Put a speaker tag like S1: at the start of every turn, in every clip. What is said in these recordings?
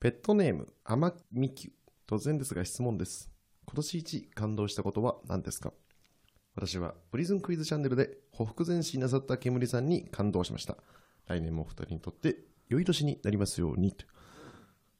S1: ペットネーム、あまみきゅ。突然ですが質問です。今年一感動したことは何ですか私はプリズンクイズチャンネルで、ほふ前進なさった煙さんに感動しました。来年もお二人にとって、良い年になりますように。と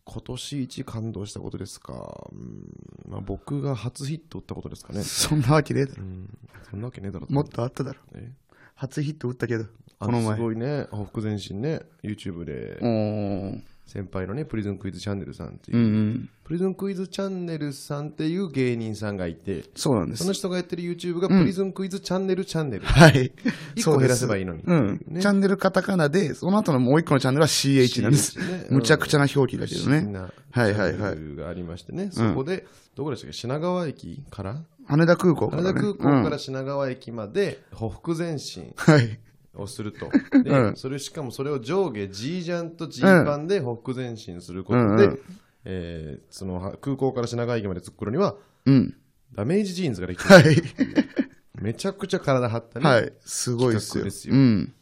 S1: 今年一感動したことですか。うーんまあ、僕が初ヒット打ったことですかね。
S2: そんなわけねえだろ
S1: う。ん、そんなわけねえだろ。
S2: もっとあっただろ。
S1: え
S2: 初ヒット打ったけど、
S1: あ
S2: この前。
S1: すごいね、ほふ前進ね、YouTube で
S2: お、ー
S1: 先輩のね、プリズンクイズチャンネルさんっていう
S2: うんうん。
S1: プリズンクイズチャンネルさんっていう芸人さんがいて、
S2: そうなんで
S1: そ
S2: す
S1: の。人がやってる YouTube がプリズンクイズチャンネルチャンネル。
S2: はい。
S1: 一
S2: そ
S1: 個
S2: う
S1: 減
S2: で
S1: ら
S2: す
S1: せばいいのに。
S2: うん。
S1: ね
S2: チャンネルカタカナで、その後のもう一個のチャンネルは CH なんです。
S1: CH ねうん
S2: むちゃくちゃな表記だけど
S1: 不思議
S2: ね。
S1: な
S2: はいはいはい
S1: チャンネルがありましてね、そこで、どこでしたっけ、品川駅から
S2: 羽田空港から、
S1: 羽田
S2: ね。
S1: 空港から品川駅まで、ほふ前進
S2: うんはい。
S1: をすると。
S2: う
S1: で、
S2: ん
S1: それしかもそれを上下 G ジャンと G パンでほふ前進するこ
S2: う
S1: と
S2: んう
S1: で
S2: ん、
S1: えーその空港から品川駅まで突っ込むには、
S2: うん。
S1: ダメージジーンズができてる、
S2: はい。
S1: めちゃくちゃ体張ったね。
S2: はい。すごいです
S1: 企画
S2: よ。
S1: ですよ
S2: うん。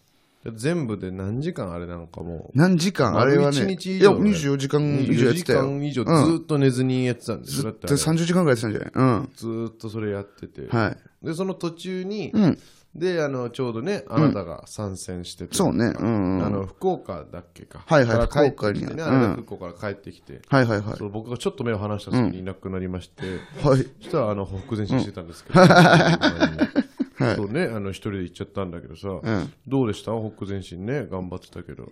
S1: 全部で何時間あれなんかもう。
S2: 何時間あれはね。
S1: 丸一日以
S2: いや、
S1: 上ぐらい
S2: 24時間以上や
S1: 24
S2: って
S1: 時
S2: たよ。
S1: 間以上ず
S2: うん
S1: ーっと寝ずにやってたんです
S2: ず
S1: よ。
S2: っ
S1: だって
S2: と30時間ぐらいやってたんじゃないうん。
S1: ずーっとそれやってて。
S2: はい。
S1: で、その途中に、
S2: うん。
S1: で、あの、ちょうどね、あなたが参戦してて。
S2: そうね。うん
S1: あ
S2: うん。
S1: の、福岡だっけか。
S2: はいはい
S1: から帰ってきてね、
S2: 福岡に
S1: あなた
S2: うん
S1: 福岡から帰ってきて。
S2: はいはいはい
S1: そ。う僕がちょっと目を離した時にいなくなりまして、
S2: はい。
S1: そしたら、あの、ほふ前進してたんですけ ど、そうね、あの、一人で行っちゃったんだけどさ、
S2: ん
S1: どうでしたほふ前進ね、頑張ってたけど。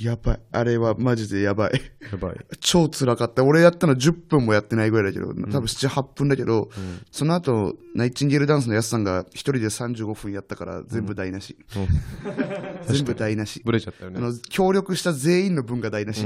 S2: やばい。あれはマジでやばい。
S1: やばい。
S2: 超辛かった。俺やったの10分もやってないぐらいだけど、多分7、8分だけど、その後、ナイチンゲールダンスのやすさんが一人で35分やったから、全部台無し。 全部台無し。
S1: ブレちゃったよね
S2: あ。の、協力した全員の分が台無し。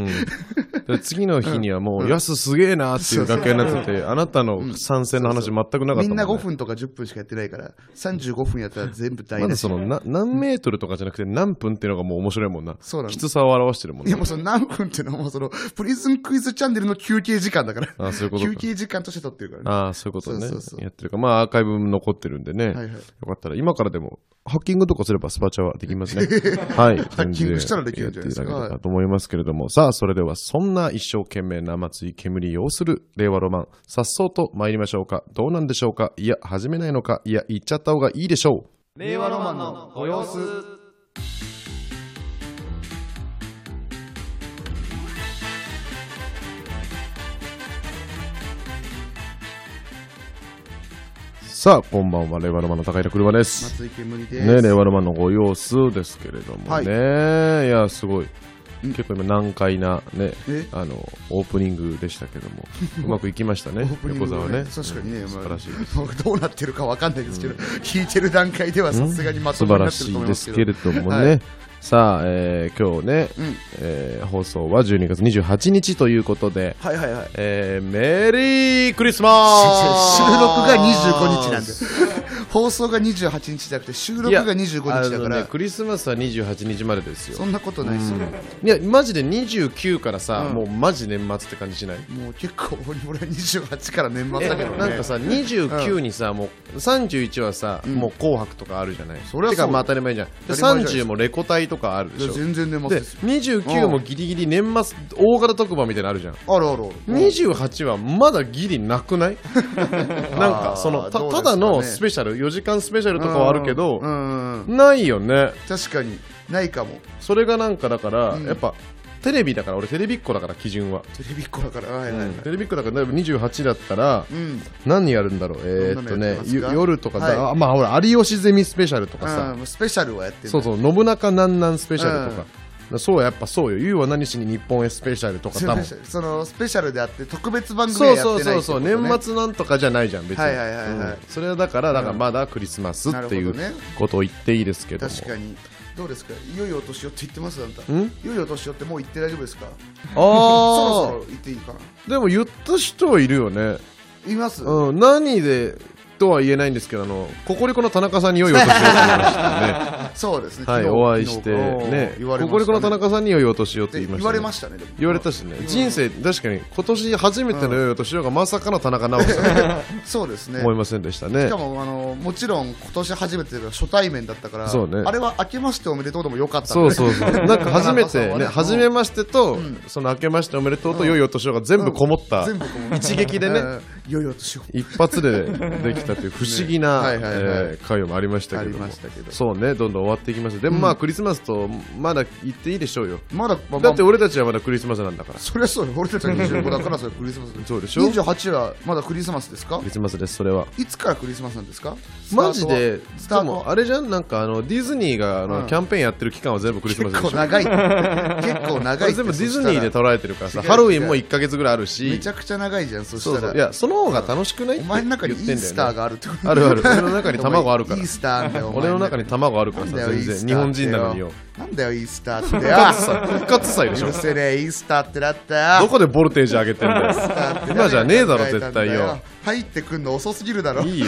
S1: だから次の日にはもう、やすすげえなっていう楽屋になってて、あなたの参戦の話全くなかったもん、ね、
S2: みんな5分とか10分しかやってないから、35分やったら全部台
S1: ま
S2: 無
S1: だ
S2: し。
S1: そのな何メートルとかじゃなくて何分っていうのがもう面白いもんな。
S2: そうなの
S1: きつさを表してるもん
S2: い
S1: ね。
S2: やもうその何分っていうのはもうその、プリズンクイズチャンネルの休憩時間だから。
S1: あそういうことか
S2: 休憩時間として取ってるからね。
S1: ああ、そういうことね。
S2: そうそうそう
S1: やってるか。まあ、アーカイブも残ってるんでね。
S2: はいはい
S1: よかったら、今からでも、ハッキングとかすればスパチャはできます ね。はい。ハ
S2: ッキングしたらできるんじゃないです
S1: や
S2: か
S1: っていただけたらと思いますけれども。さあ、それでは、そんな一生懸命な松井煙要する令和ロマン、さっそうと参りましょうか。どうなんでしょうかいや、始めないのかいや、行っちゃった方がいいでしょう。
S3: 令和ロマンのご様子
S1: さあ、こんばんは、令和ロマンの高平車です。
S2: 松井煙です。
S1: ね、令和ロマンのご様子ですけれどもね、い、や、すごい。結構今難解なね
S2: え、
S1: あの、オープニングでしたけど も、うまくいきましたね
S2: オー、プニン
S1: 横
S2: グが
S1: 澤ね。
S2: 確かにね、
S1: うん素晴らしいです。
S2: まあ、どうなってるかわかんないですけど、聞いてる段階ではさすがにまと
S1: 素晴
S2: もにな
S1: ら
S2: って
S1: し
S2: ると
S1: い
S2: 思い
S1: で
S2: ます
S1: す
S2: け
S1: け
S2: ど。
S1: れどもね、
S2: はい
S1: さあ、えー今日ね、
S2: ん
S1: えー放送は12月28日ということで、
S2: はいはいはい。
S1: えーメリークリスマス
S2: 収録が25日なんで、放送が28日じゃなくて、収録
S1: いや
S2: が25日だか
S1: あの
S2: ら、
S1: ねクリスマスは28日までですよ
S2: そんなことないですよ、
S1: いやマジで29からさ、
S2: うん
S1: もうマジ年末って感じしない
S2: もう結構、俺は28から年末だけどね、
S1: なんかさ29にさ、もう31はさ、もう「紅白」とかあるじゃない
S2: そりゃそう
S1: てかまあ当たり前じゃんで
S2: 当たり前じゃないです
S1: 30もレコ大とかあるでしょ
S2: 全然年末
S1: で
S2: ですよ、
S1: 29もギリギリ年末大型特番みたいなのあるじゃん
S2: あるあるある、
S1: 28はまだギリなくない なんかそのた,、
S2: どうですか
S1: た
S2: ね
S1: だのスペシャル4時間スペシャルとかはあるけど
S2: う、ん、うん
S1: ないよね
S2: 確かにないかも、
S1: それがなんかだから、やっぱテレビだから俺テレビっ子だから基準は、
S2: テレビっ子だから、はいはいはい、
S1: テレビっ子だから例えば28だったら、
S2: うん、
S1: 何やるんだろうえー
S2: ど
S1: っ
S2: ん
S1: と
S2: なのや
S1: ね
S2: ってます
S1: ゆ
S2: か
S1: 夜とかだ、
S2: は
S1: あまあほら有吉ゼミスペシャルとかさ、
S2: うんスペシャルはやってる、
S1: そうそう信長なんなんスペシャルとか、そうやっぱそうよ「ゆうは何しに日本へスペシャル」とか
S2: ス
S1: 多分
S2: ペシャルそのスペシャルであって、特別番組
S1: そ
S2: はや
S1: う
S2: ってな
S1: そ
S2: いっ
S1: う
S2: てこと、ね、
S1: そうそう、年末なんとかじゃないじゃん別に、
S2: はいはいはいはい
S1: うんそれはだからだからまだクリスマスってい
S2: なる
S1: う
S2: ほどね
S1: ことを言っていいですけども
S2: 確かにどうですかいよいよお年寄って言ってますあんた
S1: ん
S2: いよいよお年寄ってもう言って大丈夫ですかそろ
S1: あ
S2: そろ
S1: あ
S2: 言っていいかな
S1: でも言った人はいるよね
S2: います、
S1: うん、何で、とは言えないんですけど、あの、ココリコの田中さんに良いお年をという話でね
S2: そうですね。
S1: はい、
S2: 昨日
S1: お会いして、
S2: 昨日
S1: ね、
S2: 言われ
S1: コ
S2: ま
S1: コ
S2: し
S1: リコの
S2: たね
S1: 田中さんに良いお年をって言いました、ね。
S2: 言われましたね。でも
S1: 言われたしね、人生、確かに今年初めての良いお年をがまさかの田中直樹さんだとは
S2: そうですね。
S1: 思いませんでしたね
S2: しか。もあのもちろん今年初めての初対面だったから、
S1: そうね
S2: あれは明けましておめでとうでもよかった
S1: そうそううそう、なんか初め
S2: 田中さん
S1: て
S2: は
S1: ね、
S2: ね
S1: 初めましてと、その明けましておめでとうと良いお年をが全部こもった、
S2: 全部こう
S1: 一撃でね、
S2: いよいよとしよう
S1: 一発でできたという不思議
S2: ね
S1: な
S2: は
S1: え
S2: いはいはい
S1: ー回もありましたけど
S2: あり
S1: も
S2: ましたけど
S1: そうねどんどん終わっていきましたでもまあクリスマスとまだ言っていいでしょうよ
S2: まだ、まあ、
S1: だって俺たちはまだクリスマスなんだから
S2: そりゃそうよ俺たちが25だからそれクリスマス
S1: そうでしょク
S2: 28はまだクリスマスですか
S1: リスマスですそれはい
S2: つからクリスマスなんですか
S1: マジで
S2: スタ
S1: で
S2: ー
S1: も
S2: ト
S1: あれじゃんなんかあのディズニーがあ
S2: う
S1: の
S2: ん
S1: キャンペーンやってる期間は全部クリスマスで
S2: 結構
S1: しょ
S2: 長いって結構
S1: こ
S2: 長
S1: れ
S2: いって
S1: 全部ディズニーで
S2: そしたら
S1: 捉えてるからさ
S2: 違う
S1: ハロウィンも1か月ぐらいあるし
S2: めちゃくちゃ長いじゃんそした
S1: そう
S2: ら
S1: そういやその方が楽しくないっ
S2: お
S1: て
S2: 前の中にイ
S1: 言ってん
S2: ー
S1: だ
S2: スタ
S1: よ
S2: ー
S1: ね
S2: があるってこと
S1: あるある俺の中に卵あるか
S2: お前
S1: ら
S2: イースターなんだよお前
S1: 俺の中に卵あるから
S2: なん
S1: さ
S2: だよ
S1: 全
S2: イースター
S1: 然日本人なのによ
S2: なんだよイースターっ てや
S1: さ復活祭でしょ
S2: 許せねえイースターってなったよ
S1: どこでボルテージ上げてんだよ今じゃねえだろ絶対よ
S2: 入ってくんの遅すぎるだろ
S1: いいよ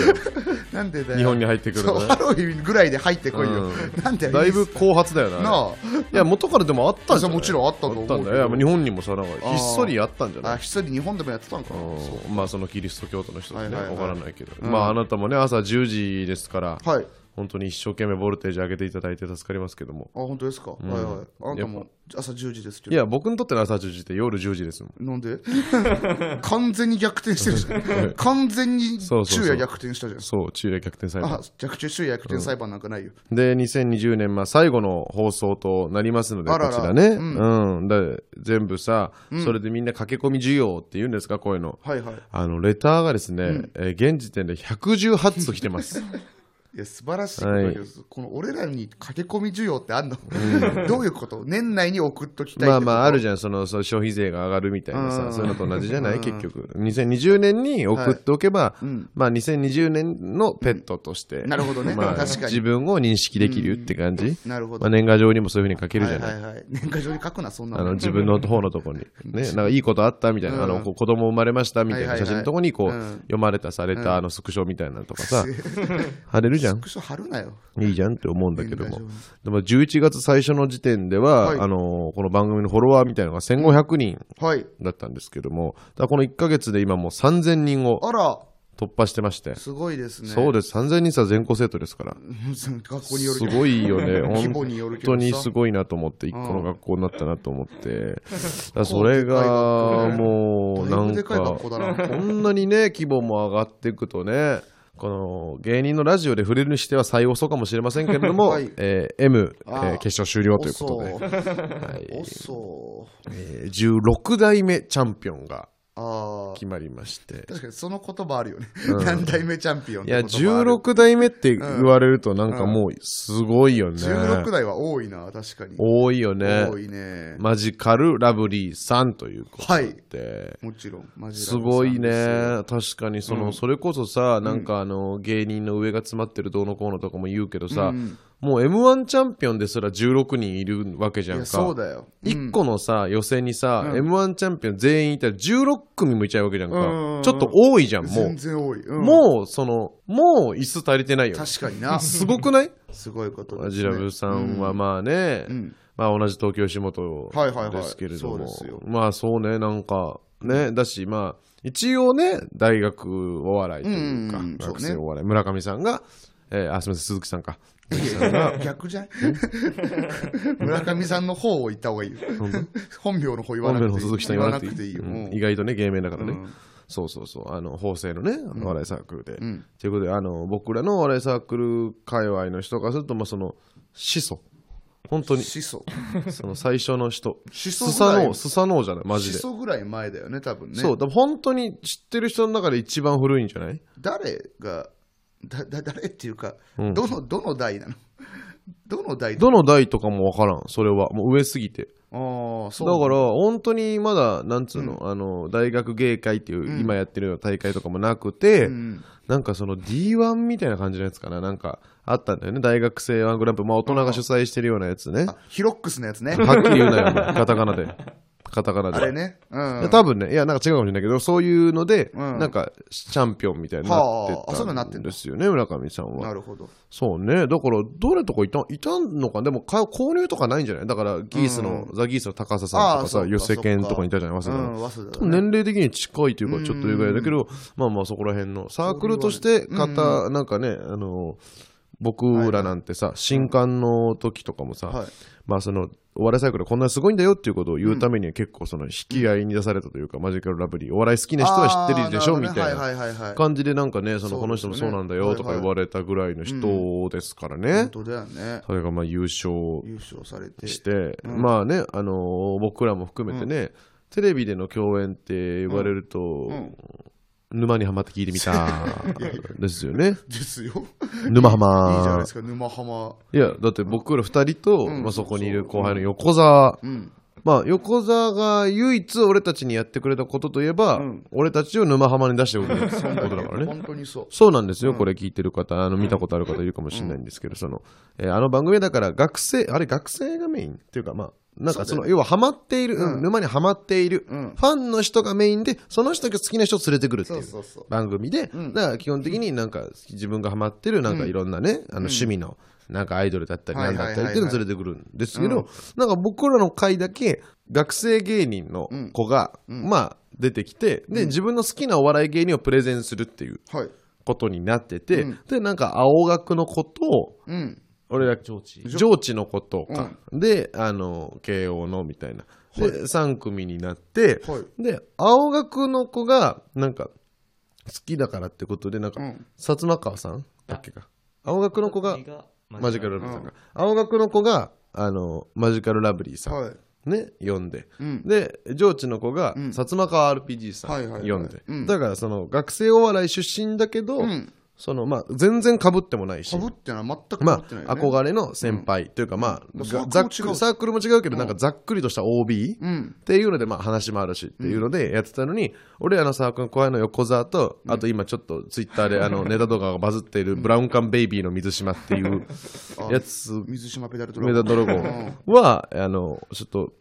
S2: なんでだ よ
S1: 日本に入ってくるの
S2: そうハロウィンぐらいで入ってこいよ、
S1: う
S2: なんで
S1: だいぶ後発だよな
S2: なあ
S1: いや元からでもあったんじゃない
S2: もちろんあったと思うけど
S1: あったんだよいやもう日本にもさなんかひっそりあったんじゃな
S2: あ
S1: い
S2: 一人日本でもやってたのかなそ
S1: うんまあそのキリスト教徒の人でね
S2: はいはいは
S1: わ
S2: い
S1: からないけどまああなたもね朝10時ですから
S2: うはいあ
S1: 本当に一生懸命ボルテージ上げていただいて助かりますけども
S2: 本当ですか、はいはいあなたも朝10時ですけ
S1: い
S2: ど
S1: や僕にとっての朝10時って夜10時ですもん
S2: なん で完全に逆転してるじゃん完全に
S1: そうそうそう
S2: 昼夜逆転したじゃん
S1: そう昼夜逆転裁判
S2: あ逆転昼夜逆転裁判なんかないよ、
S1: で、2020年、まあ、最後の放送となりますので、
S2: あらら
S1: こちらね。
S2: う
S1: うん。で、全部さ、それでみんな駆け込み需要って言うんですか、こういうの。
S2: はいはい
S1: あの、レターがですね、えー現時点で118通来てます。
S2: いや素晴らしいことだけど、
S1: は
S2: この俺らに駆け込み需要ってあんの、どういうこと年内に送っときたいって
S1: まあ
S2: こと
S1: まあ、あるじゃん、その、そう消費税が上がるみたいな
S2: う
S1: さ、
S2: ん
S1: そういうのと同じじゃない結局。2020年に送っておけば、
S2: ん
S1: まあ、2020年のペットとして、
S2: なるほどね、
S1: まあ、
S2: 確か
S1: 自
S2: に
S1: 分を認識できるって感じ。
S2: なるほ
S1: まあ、
S2: ど、
S1: 年賀状にもそういうふうに書ける
S2: は
S1: じゃ
S2: い
S1: ない
S2: はいはい年賀状に書くなそんな
S1: あ
S2: の
S1: の自分の方のとこに、ね、なんかいいことあったみたいな、あのこう子供生まれましたみたい
S2: は
S1: ない
S2: はいは
S1: 写
S2: い
S1: 真のとこにこう、
S2: うん
S1: 読まれたされたあのスクショみたいなのとか さ、貼れるじゃん
S2: クショ貼るなよ
S1: いいじゃんって思うんだけども
S2: 年賀状に
S1: でも11月最初の時点では、
S2: はい
S1: あのこの番組のフォロワーみたいなのが1500人
S2: はい
S1: だったんですけどもだからこの1か月で今もう3000人を
S2: あら
S1: 突破してまして、
S2: すごいですね
S1: そうです3000人さ全校生徒ですから
S2: うん 学校による
S1: す
S2: けど
S1: ごいよね
S2: 規模によ
S1: 本
S2: るけど
S1: 当
S2: さ
S1: にすごいなと思って一個の学校になったなと思っ てだからそれ
S2: だいぶ
S1: が
S2: でかい学校だね
S1: もう
S2: だ
S1: ないん
S2: ぶでかい
S1: か
S2: 学校だな
S1: こんなにね規模も上がっていくとねこの芸人のラジオで触れるにしては最遅かもしれませんけれども、
S2: はい
S1: えー M、えー
S2: あー
S1: 決勝終了という
S2: 遅
S1: ことで、
S2: おそ
S1: えー16代目チャンピオンが
S2: ああ
S1: 決まりまして
S2: 確かにその言葉あるよね、何代目チャンピオン
S1: い
S2: って
S1: や
S2: 言葉ある
S1: 16代目って言われるとなんかもうすごいよね、
S2: 16代は多いな確かに
S1: 多いよね
S2: 多いね
S1: マジカルラブリーさんということ
S2: はい
S1: で、
S2: もちろんマジラ
S1: す
S2: ブさん
S1: ごい
S2: ですよ
S1: ね、確かにその、それこそさ、なんかあの芸人の上が詰まってるどうのこうのとかも言うけどさ、もう m 1チャンピオンですら16人いるわけじゃ
S2: い
S1: ん
S2: や
S1: か。
S2: そうだよ
S1: 1個のさ予選にさ、m 1チャンピオン全員いたら16組もいちゃうわけじゃんか、
S2: うんうんうん
S1: ちょっと多いじゃんもう
S2: 全然多い、うん
S1: もうそのもう椅子足りてないよね
S2: 確かにな
S1: すごくない
S2: すごいこと
S1: マ
S2: です、
S1: ジ
S2: ね、
S1: ラブさんはまあね、
S2: ん
S1: まあ同じ東京吉本
S2: はいはいはい
S1: ですけれども、
S2: そうですよ
S1: まあそうねなんかねだしまあ一応ね大学お笑いというか、
S2: うんうん
S1: 学
S2: そう
S1: 生
S2: ね
S1: お笑い、村上さんが、えーあすみません鈴木さんか
S2: 逆じゃん村上さんの方を言った方がいいよ本名の方言わ
S1: 本
S2: な
S1: 名の
S2: くてい
S1: 鈴木
S2: い
S1: さん言わなくていい
S2: よ、
S1: うん
S2: もう
S1: 意外とね芸名だからね、
S2: うん
S1: そうそうそうあの法政のねあのお笑いサークルで、
S2: ん
S1: ということであの僕らのお笑いサークル界隈の人からするとまあその始祖本当に
S2: 始祖
S1: その最初の人
S2: 始祖
S1: ス
S2: ぐ
S1: サ
S2: らい
S1: ノースサノーじゃないマジ
S2: 始
S1: で
S2: 祖ぐらい前だよね多分ね
S1: そう、でも本当に知ってる人の中で一番古いんじゃない
S2: 誰がだだ誰っていうか、どのどの代なの どの代
S1: どの代とかも分からん、それは。もう上すぎて。
S2: ああそ
S1: だ
S2: う
S1: から、本当にまだ、なんつうの、あの、大学芸会っていう、今やってるような大会とかもなくて、なんかその D1 みたいな感じのやつかな、なんかあったんだよね。大学生ワングランプリ、まあ大人が主催してるようなやつね。
S2: ヒロックスのやつね
S1: はっきり言うなよ、もうカタカナで。カタカナで。
S2: あれね。うん。
S1: いや多分ね、いや、なんか違うかもしれないけど、そういうので、
S2: うん
S1: なんか、チャンピオンみたいになって
S2: はああそういうのなって
S1: た
S2: ん
S1: ん
S2: だ
S1: ですよね、村上さんは。
S2: なるほど。
S1: そうね。だから、どれとかいたいたのか、でも、か購入とかないんじゃないだから、ギースの、ザ・ギースの高瀬さんとか
S2: あ
S1: さ、
S2: あ
S1: 寄せ犬とかにいたじゃないう早稲田の
S2: ん、早稲田だね
S1: 年齢的に近いというか、ちょっと上ぐらいだけど、まあまあ、そこら辺の、サークルとして、
S2: はね
S1: 方、なんかね、あの、僕らなんてさ、新刊の時とかもさ、
S2: はい。
S1: まあそのお笑いサイクルこんなすごいんだよっていうことを言うためには結構その引き合いに出されたというか、マジカルラブリーお笑い好きな人は知ってるでしょ
S2: あー
S1: み
S2: るほどね
S1: たい
S2: は
S1: ない
S2: はいはいはい。
S1: 感じでなんかねその
S2: そ
S1: こ
S2: う
S1: の
S2: で
S1: 人
S2: すよ
S1: も
S2: ね
S1: そうなんだよとか言われたぐらいの人ですから
S2: 本
S1: ね
S2: 当だよね。
S1: それがまあ優勝
S2: 優勝されて。
S1: してまあねあのー僕らも含めてねテレビでの共演って言われると
S2: うん。
S1: 沼にハマって聞いてみ たですよね
S2: ですよ。いい
S1: 沼ハ
S2: じゃない
S1: マ
S2: ですか、沼浜。
S1: いやだって僕ら二人と
S2: うん
S1: まあそこにいる後輩の横澤
S2: うん。
S1: まあ、横澤が唯一俺たちにやってくれたことといえば、
S2: うん
S1: 俺たちを沼ハマに出してくれたことだ からね。
S2: 本当にそう。
S1: そうなんですよ、これ聞いてる方、あの見たことある方いるかもしれないんですけど、そのえーあの番組はだから学生、あれ、学生がメインっていうか、まあ、なんかその、要はハマっている、うん沼にハマっている、
S2: うん
S1: ファンの人がメインで、その人が好きな人を連れてくるってい
S2: そう
S1: う
S2: そうそう。
S1: 番組で、だから基本的になんか自分がハマってるなんかいろんなね、あの趣味のなんかアイドルだったり
S2: は
S1: ないん
S2: はい
S1: だ
S2: は
S1: った
S2: いはい
S1: りっていうのを連れてくるんですけど、なんか僕らの回だけ学生芸人の子が、まあ出てきてで自分の好きなお笑い芸人をプレゼンするっていう
S2: はい。
S1: ことになってて、でなんか青学の子と
S2: うん。
S1: 俺ら上智上智の子とか、であの慶応のみたいなで、3組になって、
S2: はい
S1: で青学の子がなんか好きだからってことでなんか、
S2: うん
S1: 薩摩川さんだっけか青学の子がマジカルラブリーさんが、青学の子があのマジカルラブリーさん、
S2: はい。
S1: ね、読んで、
S2: うん
S1: で上智の子が薩摩川 RPG さん
S2: はいはいはい
S1: 読んで、
S2: うん
S1: だからその学生お笑い出身だけど、
S2: うん
S1: そのまあ、全然かぶってもないし
S2: かぶってない。全くか
S1: ま
S2: ぶってないよ
S1: あ、
S2: ね。
S1: 憧れの先輩というか、まあ、
S2: まあ
S1: ざ
S2: サ
S1: ざ
S2: ー
S1: っ
S2: ク
S1: く
S2: ルも違う
S1: サークルも違うけど、なんかざっくりとした OB
S2: うん
S1: っていうので、まあ、話もあるしっていうのでやってたのに、俺らのサークルの後輩の横澤と、あと今ちょっとツイッターであ のネタ動画がバズっているブラウン管ベイビーの水島って いう
S2: あ
S1: やつ、
S2: 水島ペダルドラ
S1: メダドラゴンは、あの、ちょっと、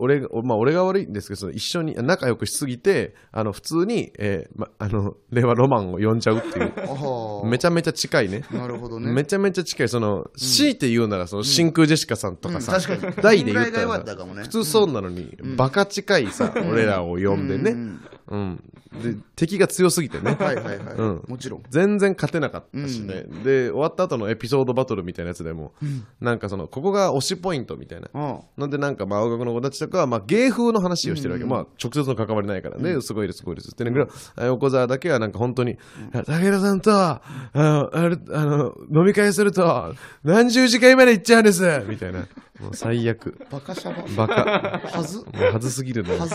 S1: 俺が、まあ、俺が悪いんですけど、その一緒に、仲良くしすぎて、あの、普通に、えーま、あの、令和ロマンを呼んじゃうっていう、
S2: あは
S1: めちゃめちゃ近いね。
S2: あ。なるほどね。
S1: めちゃめちゃ近い、その、強いて言うなら、その、真空ジェシカさんとかさ、
S2: うん確かに
S1: 大で言った
S2: そんぐらいが
S1: ら
S2: 良かった
S1: さ
S2: かもね
S1: 普通そうなのに、バカ近いさ、俺らを呼んでね、うん。で、敵が強すぎてね。
S2: はいはいはい。
S1: うん
S2: もちろん。
S1: 全然勝てなかったしね、で終わった後のエピソードバトルみたいなやつでも、なんかそのここが推しポイントみたいな、
S2: うん。
S1: なんでなんかまあ青学の子たちとかはまあ芸風の話をしてるわけ、まあ直接の関わりないからね、すごいですすごいですって言うんだけど、横澤だけはなんか本当に、武田さんとあのあれあの飲み会すると何十時間まで行っちゃうんですみたいなもう最悪
S2: バカシャバ。
S1: バカ
S2: はず。
S1: もう恥ずすぎるの
S2: はず。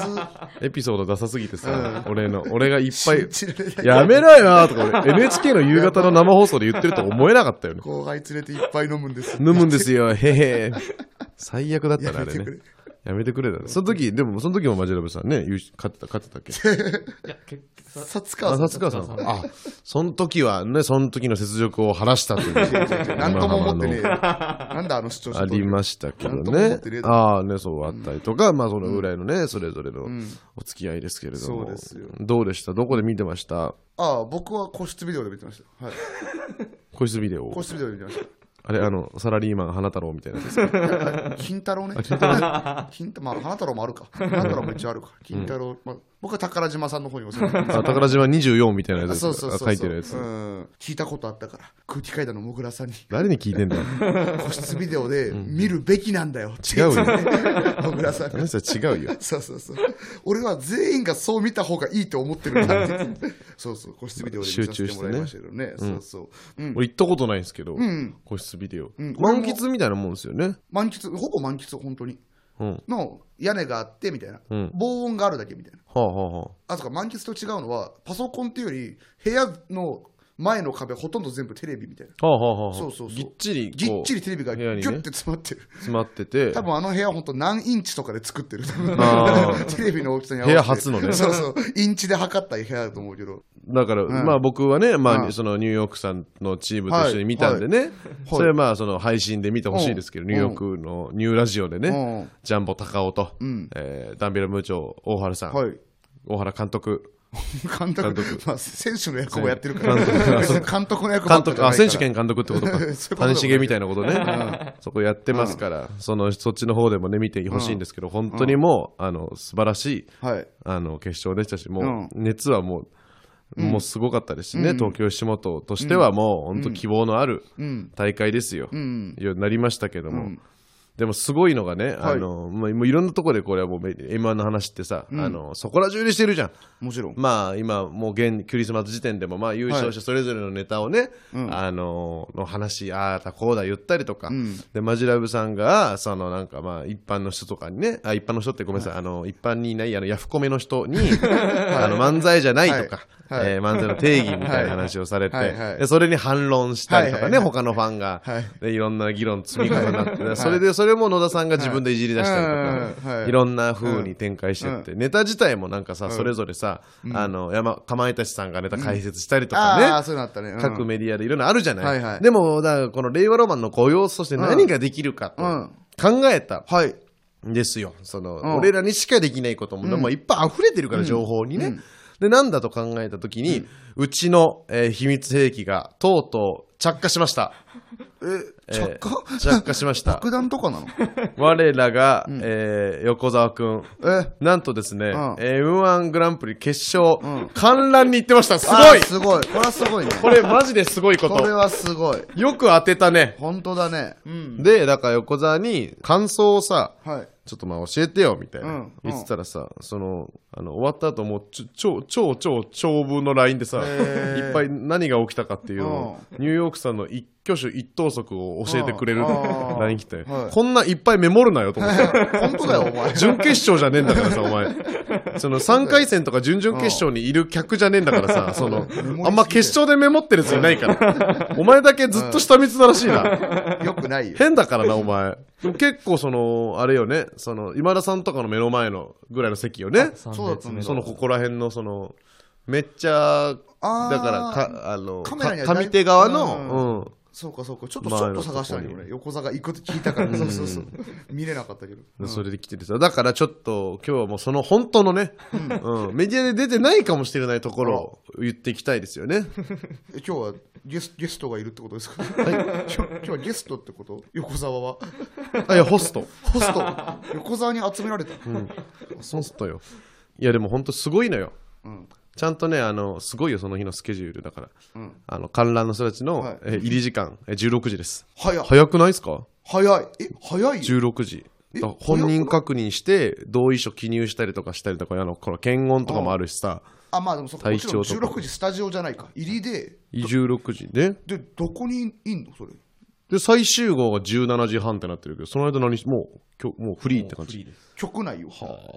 S1: エピソードダサすぎてさ、俺の俺がいっ ぱい
S2: 知られない
S1: やめろよとか俺 NHK の夕方の生放送で言ってると思えなかったよね
S2: 後輩連れていっぱい飲むんです。
S1: 飲むんですよ、へへ。最悪だったな、あ
S2: やめ
S1: れ
S2: て
S1: ね
S2: くれ。
S1: やめてくれだね。その時、でも、その時もマジラブさんね、優勝勝ってた、勝ってたっけ
S4: いや、結局、
S2: さつ
S1: あ、
S2: か。
S1: 薩川さん。あ、その時はね、その時の雪辱を晴らしたと いう。
S2: なんとも思ってねえよ。
S1: まあまあ
S2: なんだあの主張
S1: あのありましたけど
S2: なんとも思
S1: ね
S2: ってねえ。だろ
S1: ああ、ね、そうあったりとか、まあ、そのぐらいのね、それぞれのお付き合いですけれども。
S2: そうですよ
S1: どうでしたどこで見てました
S2: ああ、僕は個室ビデオで見てました。はい。
S1: 個室ビデオ
S2: 個室ビデオで見てまし
S1: あれ、あの、サラリーマン花太郎みたいなやつ ですか
S2: た。金太郎ね。金太郎。 金太まあ、花太郎もあるか。花太郎も一応あるか。金太郎。まあ、僕は宝島さんの方にお世話になってます
S1: あ宝島24みたいなやつ
S2: あ
S1: です
S2: そうそうそう
S1: あ
S2: そう。
S1: 書いてるやつ
S2: う。ん。聞いたことあったから。空気階段のもぐらさんに。
S1: 誰に聞いてんだよ。
S2: 個室ビデオで見るべきなんだよ。
S1: 違うよ。
S2: もぐらさん
S1: あ
S2: が
S1: の。人は違うよ。
S2: そうそうそう。俺は全員がそう見た方がいいと思ってるんだって。 そうそう。個室ビデオで見させてもらいましたけどね。そうそう。うん。
S1: 俺行ったことないんですけど、
S2: ん
S1: 個室ビデオ、
S2: ん
S1: 満喫みたいなもんですよね
S2: 満喫、ほぼ満喫、本当に。
S1: うんは
S2: の屋根があってみたいな、
S1: うん
S2: 防音があるだけみたいな
S1: あはあは
S2: あそうか満喫と違うのはパソコンっていうより部屋の前の壁ほとんど全部テレビみたいな
S1: あはあはあはあ
S2: そうそうそう
S1: ぎっちりこう
S2: ぎっちりテレビが
S1: 部
S2: ギ
S1: 屋
S2: ュ
S1: にね
S2: ッて詰まってる、
S1: 詰まってて
S2: 多分あの部屋本当何インチとかで作ってる
S1: あー
S2: テレビの大きさに合わせ
S1: 部屋初
S2: て
S1: のね
S2: そうそうインチで測った部屋だと思うけど
S1: だから、
S2: ん
S1: まあ僕はね、ま
S2: う
S1: あ、
S2: ん
S1: そのニューヨークさんのチームと一緒に見たんでね、それはまあその配信で見てほしいですけど、
S2: うん
S1: ニューヨークのニューラジオでね、
S2: うん
S1: ジャンボ高尾と、
S2: うん
S1: えーダンビラムーチョ大原さん、
S2: はい。
S1: 大原監督、
S2: 監督
S1: 監督
S2: まあ、選手の役もやってるから、
S1: 監督
S2: 別に監督の役
S1: 監
S2: ばっかじ
S1: 督
S2: ゃ
S1: あ
S2: ないか
S1: 選
S2: ら
S1: 手兼監督ってことか
S2: そういうこと、だ
S1: 谷繁みたいなことね、そこやってますから、そのそっちの方でもね、見てほしいんですけど、本当にもう、あの素晴らしい
S2: はい。
S1: あの決勝でしたし、もう
S2: う
S1: 熱はもう、もうすごかったですしね、東京吉本としてはもう、本当、希望のある
S2: うん。
S1: 大会ですよ、
S2: うん。
S1: ようになりましたけども、
S2: うん
S1: でもすごいのがね、
S2: はい
S1: あのまあもういろんなところでこれはもう m 1の話ってさ、あのそこら中でしてるじゃん。
S2: もちろん。
S1: まあ今もう現クリスマス時点でもまあ優勝者それぞれのネタをね、あのの話ああだこうだ言ったりとか、でマジラブさんがそのなんかまあ一般の人とかにねあ一般の人ってごめんなさい、あの一般にいないあのヤフコメの人に、あの漫才じゃないとか、
S2: はい
S1: えー漫才の定義みたいな話をされて、
S2: はいはい
S1: でそれに反論したりとかね、
S2: はいはいはい
S1: 他のファンが、
S2: はい
S1: でいろんな議論積み重なって、それでそれも野田さんが自分でいじり出したりとか、
S2: はい
S1: い
S2: はい
S1: ろんな風に展開してって、ネタ自体もなんかさ、それぞれさ、あの山かまいたちさんがネタ解説したりとかね、
S2: ああ、そういうのあったね。うん
S1: 各メディアでいろんなあるじゃない、
S2: はいはい
S1: でもだからこの令和ロマンのご様子として何ができるかと考えた
S2: はい。
S1: んですよ、その
S2: ん
S1: 俺らにしかできないことも,、もういっぱい溢れてるから、情報にね、でなんだと考えた時に、うちの、えー秘密兵器がとうとう着火しました
S2: え、着火、
S1: えー着火しました
S2: 爆弾とか なの
S1: 我らが、えー横澤君
S2: え
S1: なんとですね、
S2: ん
S1: m 1グランプリ決勝、観覧に行ってましたすご
S2: あ
S1: い
S2: ーすごい。これはすごいね。
S1: これマジですごいこ
S2: これ
S1: と
S2: はすごい。
S1: よく当てたね
S2: 本当だね。うん。
S1: でだから横澤に感想をさ
S2: はい。
S1: ちょっとまあ教えてよみたいな、
S2: うんうん
S1: 言ってたらさそのあの終わった後もうちょ超超超長文の LINE でさ、
S2: へー
S1: いっぱい何が起きたかっていうのを、ニューヨークさんの一挙手一投足を教えてくれる
S2: うんあー
S1: LINE 来て、
S2: はい
S1: こんないっぱいメモるなよと思って
S2: 本当だよ、お前。
S1: 準決勝じゃねえんだからさ、お前。その3回戦とか準々決勝にいる客じゃねえんだからさ、その、あんま決勝でメモってるやついないから。お前だけずっと下見てたらしいな。
S2: よくないよ。
S1: 変だからな、お前。でも結構その、あれよね、その、今田さんとかの目の前のぐらいの席よね。
S2: そうだったんだ
S1: その、ここら辺の、その、めっちゃ、だ
S2: あー
S1: から、か、あの、
S2: カメラには
S1: か
S2: だい
S1: 上手側の、
S2: そうかそうか。ちょっと、
S1: まあ
S2: ちょっと探したのに、俺。横座が行くって聞いたから。そうそうそう。見れなかったけど。
S1: うん。それで来ててさ、だからちょっと今日はもうその本当のね、うん、メディアで出てないかもしれないところを言っていきたいですよね。
S2: え今日はゲスゲストがいるってことですか、 今日今日はゲストってこと横澤は
S1: あ、いや、ホスト。
S2: ホス ト横澤に集められた、
S1: ホストよ。いや、でも本当すごいのよ。
S2: うん
S1: ちゃんとね、あの、すごいよ、その日のスケジュールだから。
S2: うん
S1: あの、観覧の人たちの、
S2: はい
S1: え入り時間、え16時です。
S2: 早い
S1: 早くないですか
S2: 早いえ早い
S1: ?16 時。
S2: え
S1: だから本人確認して、同意書記入したりとかしたりとか、あの、この検温とかもあるしさ、
S2: あまあでもそっかも
S1: 体
S2: ちろん
S1: 調とか
S2: 16時スタジオじゃないか入りで
S1: 16時ね。
S2: でどこにいんのそれ
S1: で、最終号が17時半ってなってるけど、その間何し、もう、今日、もうフリーって感
S4: フリ
S1: じ
S4: ー。です
S2: 局内を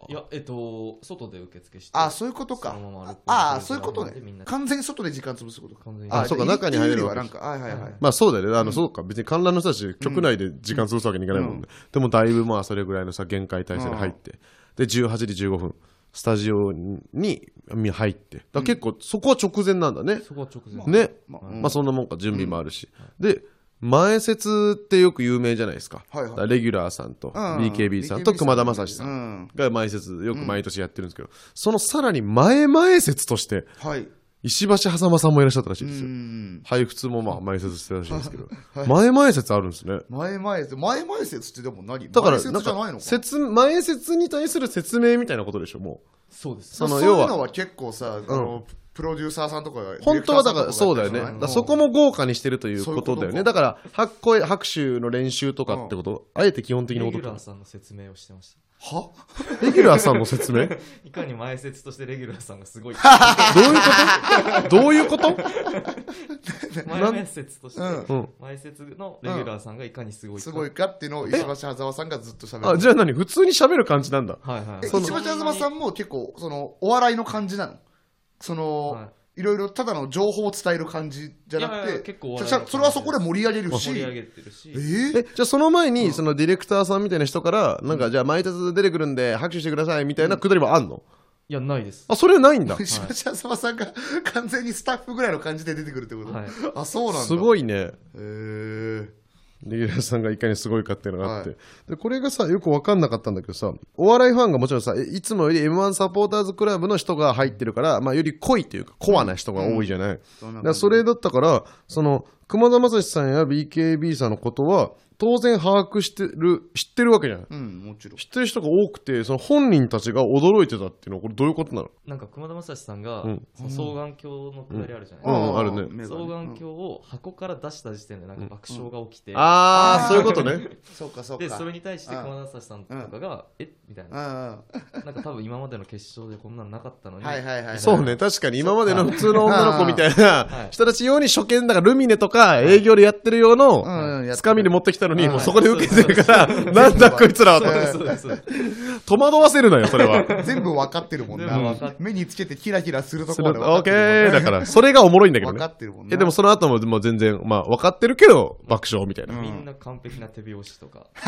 S4: いやえっと外で受付して
S2: あそういうことか
S4: そのまま録音
S2: ああ
S4: す
S2: そうい
S4: る
S2: うこと
S4: みん
S2: ね
S4: な
S2: 完全に外で時間潰すことか
S4: 完全に
S1: あそうか中に入れる
S2: わ
S1: わ
S2: け
S1: け
S2: なんかはいはいはい、
S1: まあそうだよね。あの、そうか。別に観覧の人たち、局内で時間潰すわけにいかないもんね。でもだいぶまあそれぐらいのさ、限界体制で入って。で、18時15分、スタジオにみ入って。だから結構、そこは直前なんだね。
S4: そこは直前
S1: ね。
S2: ま
S1: ま
S2: あ
S1: あ、そんなもんか。準備もあるし。で、前説ってよく有名じゃないですか。
S2: はいはい
S1: だからレギュラーさんと、
S2: うん
S1: BKB さんと
S2: BKB
S1: 熊田正史さん。
S2: うん
S1: が前説よく毎年やってるんですけど、そのさらに前々説として
S2: はい
S1: 石橋狭間さんもいらっしゃったらしいで
S2: う
S1: すよ
S2: ん
S1: 配布通もまあ前説してたらしいんですけど、前々説あるんですね
S2: 前々説前々説ってでも何
S1: だから
S2: 前
S1: な
S2: 説
S1: ん
S2: じゃないの
S1: か
S2: か
S1: 説前説に対する説明みたいなことでしょも
S4: そうです
S1: その
S2: まあそう
S1: 要
S2: いう
S1: は
S2: のは結構さ、あのプロデューサーさんとかが
S1: う本当はだから
S2: ディ
S1: そう
S2: レ
S1: だ
S2: ク
S1: よ
S2: ター
S1: ね
S2: さんとかがや
S1: だからそこも
S2: ってるじゃない
S1: 豪華にしてるという
S2: そういう
S1: こ
S2: こと
S1: とだよね
S2: か
S1: だからは声拍手の練習とかってこと、あえて基本的
S4: レ
S1: なこ
S4: ギ
S1: とって
S4: ュラ
S1: こ
S4: ーさんの説明をしてまし
S2: は
S1: とレギュラーさんの説明どう
S4: たいかに前説としてレギュラーさんがすごい
S1: いうことどういうこと
S4: 前説として
S1: うん
S4: 前説のレギュラーさんがいかにすごいか
S2: すごいかっていうのを石橋狭間さんがずっと喋る
S1: あじゃあ何普通に喋る感じなんだ
S4: はいはい
S2: え
S4: はい
S2: 石橋狭間さんも結構そのお笑いの感じなのその、、
S4: はい
S2: ろいろただの情報を伝える感じじゃなくて
S4: いやいや結構お笑い
S2: じ
S4: の
S2: ゃあそれはそこで盛り上げるし
S4: 盛り上げてるし
S2: えー
S1: えじゃあその前にそのディレクターさんみたいな人からなんかじゃあ毎日出てくるんで拍手してくださいみたいなくだりはあんの
S4: いや、ないです。
S1: あ、それはないんだ。
S2: シャシャサバさんが完全にスタッフぐらいの感じで出てくるってこと、
S4: はい
S2: あそうなんだ
S1: すご
S2: い
S1: いね。
S2: へー
S1: レギュラーさんがいかにすごいかっていうのがあって、でこれがさよく分かんなかったんだけどさお笑いファンがもちろんさえいつもより m 1サポーターズクラブの人が入ってるから、まあ、より濃いというかコアな人が多いじゃない、
S2: そん
S1: だ
S2: な感
S1: から
S2: じ
S1: それだったからその熊田正史さんや BKB さんのことは当然把握してる知ってるわけじゃない
S2: うんもちろん
S1: 知ってる人が多くてその本人たちが驚いてたっていうのはこれどういうことなの
S4: なんか熊田正史さんが、
S1: うん
S4: その双眼鏡のくだりあるじゃない
S1: うんあるね
S2: 目
S4: です
S2: が
S4: か。双眼鏡を箱から出した時点でなんか爆笑が起きて、
S1: あ
S2: あー
S1: あそういうことね
S2: そうかそうか
S4: で、それに対して熊田正史さんとかが、えみたいな。
S2: あ
S4: なんか多分今までの決勝でこんなのなかったのに。
S2: はいはいはい
S1: そうね確かに今までの普通の女の子みたいな
S4: はい
S1: 人たち用に初見だからルミネとか営業でやってる用の、
S2: うんうんやってる
S1: つかみで持ってきたのに、
S2: はい
S1: もうそこで受けてるから、なんだこいつらは
S4: そうです
S1: と。
S4: そうですそうです。
S1: 戸惑わせるなよ、それは。
S2: 全部分かってるもん
S4: 全部分か
S2: な
S4: っ
S2: 目につけてキラキラすると
S1: そ
S2: こ
S1: れ
S2: ま
S1: オ
S2: で分か
S1: ー
S2: っ
S1: ケー
S2: てるもんね
S1: だから、それがおもろいんだけど
S2: 分か
S1: ね。
S2: ってるもんね
S1: え、でもその後ももう全然、まあ分かってるけど、爆笑みたいな。
S2: ん
S4: みんな完璧な手拍子とか。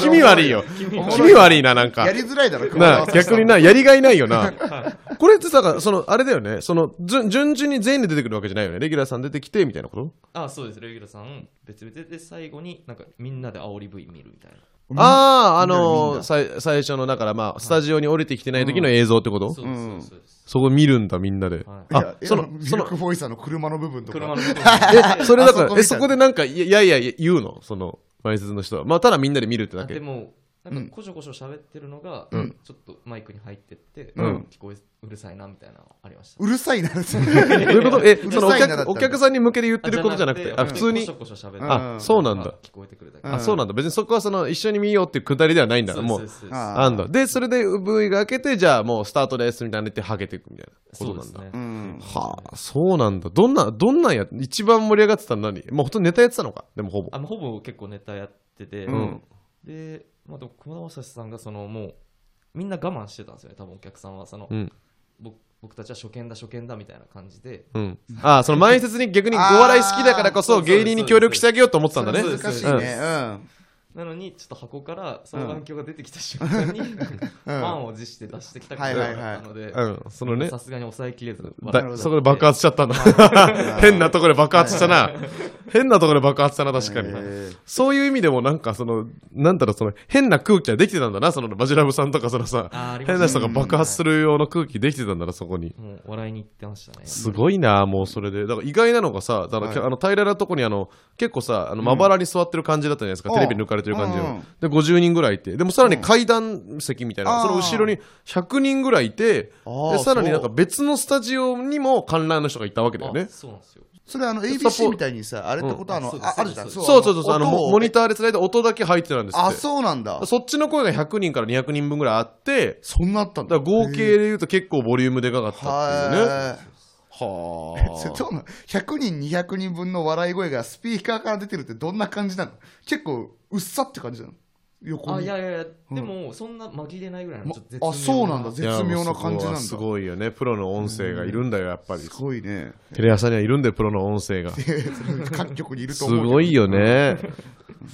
S1: 気味悪い よ。気味悪いな、なんか
S2: や。りづらいだろ熊
S1: な
S2: 田正史さん
S1: 逆にな、やりがいないよな。 これってさ、その、あれだよね、その、順順々に全員で出てくるわけじゃないよね。レギュラーさん出てきて、みたいなこと
S4: あ、そうです。レギュラーさん、別々で最後になんかみんなで煽り V 見るみたいな。
S1: ああ、あ
S2: みん
S1: の
S2: な
S1: ー、さい最初の、だからまあ、スタジオに降りてきてない時の映像ってこと
S4: そうですそうですそうです。
S1: そこ見るんだ、みんなで
S4: は。
S2: い
S1: あ
S2: や、
S1: その
S2: いや、ミ
S1: そ
S2: ル
S1: の
S2: ク、ボーイさんの車の部分とか
S4: 車の向こうに
S1: え、それだから、
S2: あそこみたい
S1: え、そこでなんか、いやいやいや言うのその、前説の人は。まあ、ただみんなで見るって だ
S4: あで
S1: け。
S4: もなんかこしょこしょ喋ってるのが、ちょっとマイクに入ってって、
S1: うん
S4: 聞こえうるさいなみたいなのありました
S2: うるさいなるさい
S1: どういうことえ、
S2: うる
S1: そのお
S2: さいなだった
S1: 客、
S2: ら
S1: お客さんに向けて言ってることじゃなくて、あ、普通
S4: こ
S1: に
S4: しょ。こしょ喋って
S2: あ
S1: あ、そうなん
S4: ま
S1: だ
S4: あ。聞こえてくるだけ
S2: うん
S1: あ、そうなんだ。別にそこはその、一緒に見ようっていうくだりではないんだ。
S4: そう
S1: も
S4: で
S1: う、
S4: すそうです
S2: あ
S1: あんだ。で、それで V が開けて、じゃあもうスタートですみたいなのって、はげていくみたいなこと
S4: そう
S1: な
S4: です
S1: んだ。
S4: ね
S2: うん
S1: はあ、そうなんだ。どんな、どんなんや、一番盛り上がってたの何もうほとんどネタやってたのかでもほぼ。
S4: あもうほぼ結構ネタやってて、
S2: うん
S4: で、まあ、でも熊田正史さんがそのもうみんな我慢してたんですよね多分お客さんはその、
S1: うん
S4: 僕僕たちは初見だ初見だみたいな感じで
S1: うん。あその前説に逆にお笑い好きだからこ
S4: あ
S1: そ
S4: ーそうそう
S1: 芸人に協力してあげようと思ってたんだね。
S4: そうです
S2: 難しいねうん
S4: なのにちょっと箱から双眼鏡が出てきた瞬間に、 満を持して出してきた感じだったので
S1: うん、そのね、
S4: さすがに抑えきれず
S1: だ
S4: 笑って
S1: そこで爆発しちゃったんだ。 変なところで爆発したな。変なところで爆発したな、確かに。そういう意味でもなんかその、なんだろう、その変な空気はできてたんだな、そのマジラブさんとかそのさ
S4: あーあ、りま
S1: 変
S4: した
S1: な人が爆発するような空気できてたんだな、そこに。
S4: もう笑いに行ってましたね
S1: すごいな、もうそれで。だから意外なのがさ、だから、
S2: はい
S1: あの平らなとこにあの、結構さ、あのまばらに座ってる感じだったじゃないですか、
S2: うん
S1: テレビに抜かれてる感じ
S2: う
S1: の
S2: ん。
S1: で、50人ぐらいいて、でもさらに階段席みたいな、
S2: あー
S1: その後ろに100人ぐらいいて、
S2: あー
S1: で、さらに
S2: そう
S1: なんか別のスタジオにも観覧の人がいたわけだよね
S4: あ。そうなんですよ
S2: それあの
S1: サポ
S2: ABC みたいにさあれってことはあの
S4: うん
S2: ああるじゃん
S4: そ
S1: そうそうそうそう、あの、
S2: 音を
S1: モモニターでつないで音だけ入ってたんですって。
S2: あそうなんだ
S1: そっちの声が100人から200人分ぐらいあって、
S2: そんなあったん
S1: だから
S2: だ
S1: 合計で言うと結構ボリュームでかかったっていうね。
S2: は
S1: は
S2: ーそれどうなの100人200人分の笑い声がスピーカーから出てるってどんな感じなの結構うっさって感じなの横
S4: あい
S2: に
S4: やいやいやでもそんな紛れないぐらいの
S2: ま
S4: ちょっと絶妙
S2: あそうなんだ
S1: い
S2: 絶
S1: や
S2: 妙な感じなんだ
S1: そ
S2: す
S1: こはすごいよね。プロの音声がいるんだよ、やっぱり。
S2: ごいね
S1: テレ朝にはいるんだよ、プロの音声が。す
S2: 各局にいると思うけど
S1: ごいよね。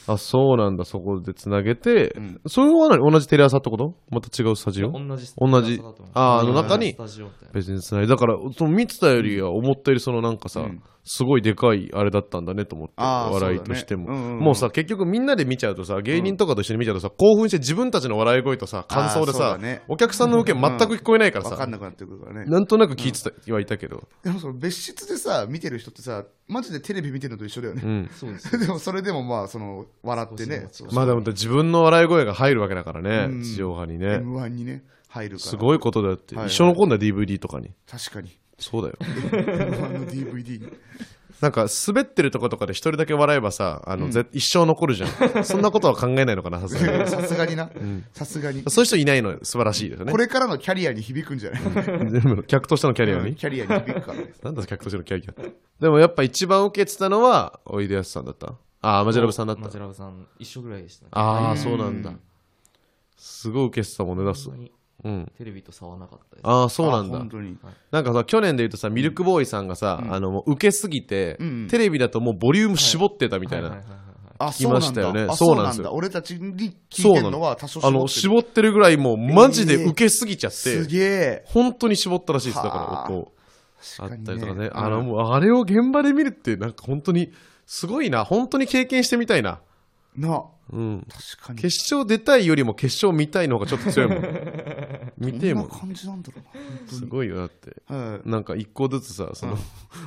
S1: あ、そうなんだ、そこでつなげて、それは何同じテレ朝ってことまた違うスタジオ
S4: 同じスタ
S1: 同じ
S4: スタだと思います
S1: あーあの中に
S4: スタジオみたいな
S1: 別につないだから、その見てたよりは思ったよりそのなんかさ、
S2: うん
S1: すごいでかいあれだったんだねと思って、
S2: あー
S1: 笑いとしても、
S2: そうだねうんうんうん
S1: もうさ、結局みんなで見ちゃうとさ、芸人とかと一緒に見ちゃうとさ、興奮して自分たちの笑い声とさ、感想でさ、
S2: あーそうだね
S1: お客さんの受け全く聞こえないから
S2: わ
S1: さ、
S2: かんなくなってくるからね
S1: なんとなく聞いてた、はいたけど、
S2: でもその別室でさ見てる人ってさマジでテレビ見てるのと一緒だよ
S1: う
S2: ね、
S1: ん。
S4: そうです
S2: でもそれでもまあその笑ってね
S4: 少し
S1: まあでも自分の笑い声が入るわけだからね、
S2: うん
S1: 地上波にね。
S2: m 1にね入るから
S1: すごいことだよって、
S2: はいはい
S1: 一緒のこんだよ DVD とかに。
S2: 確かに
S1: そうだよ。
S2: M1 の DVD に
S1: なんか滑ってるとことかで一人だけ笑えばさ、あの、ぜ一生残るじ ゃん。そんなことは考えないのかな、さすがに。
S2: さすがになさすがに
S1: そういう人いないの素晴らしいですよね
S2: こ。れからのキャリアに響くんじゃない
S1: 全部客としてのキャリア
S2: うん
S1: に。
S2: キャリアに響くからね
S1: なんだ客としてのキャリアって。でもやっぱ一番受けてたのは、おいでやすさんだった。ああ、マジラブさんだっ
S4: マジ
S1: た。
S4: ラブさん一緒ぐらいでしたね
S1: ああ、そうなんだ。すごい受けてたもんね、出す
S4: 本当。に
S1: うん。
S4: テレビと差はなかったです
S1: ああ、そうなん
S2: あ
S1: だ
S2: 本。当に
S1: なんかさ、去年で言うとさ、ミルクボーイさんがさ、あの、もう受けすぎて
S2: うん、
S1: テレビだともうボリューム絞ってたみたい
S4: はい
S1: な
S4: はい。はいはい
S2: あ、
S1: 聞きましたよね
S2: そうなんだ。あ
S1: そうなんですよ
S2: 俺たちに聞いてるのは多少
S1: あの、
S2: 絞っ
S1: 絞ってるぐらいもうマジで受けすぎちゃって
S2: る。す
S1: て、
S2: げえ。
S1: 本当に絞ったらしいです。だ
S2: は
S1: か
S2: あ
S1: ら、音。あ
S2: 確
S1: ったりとかね。
S2: うん
S1: あの、もうあれを現場で見るって、なんか本当に、すごいな。本当に経験してみたいな。
S2: な、
S1: うん。
S2: 確かに。
S1: 決勝出たいよりも決勝見たいの方がちょっと強いもん。見てえも
S2: こん
S1: ん
S2: な。感じなんだろうな本当に
S1: すごいよ、だって。
S2: はい。
S1: なんか一個ずつさ、その、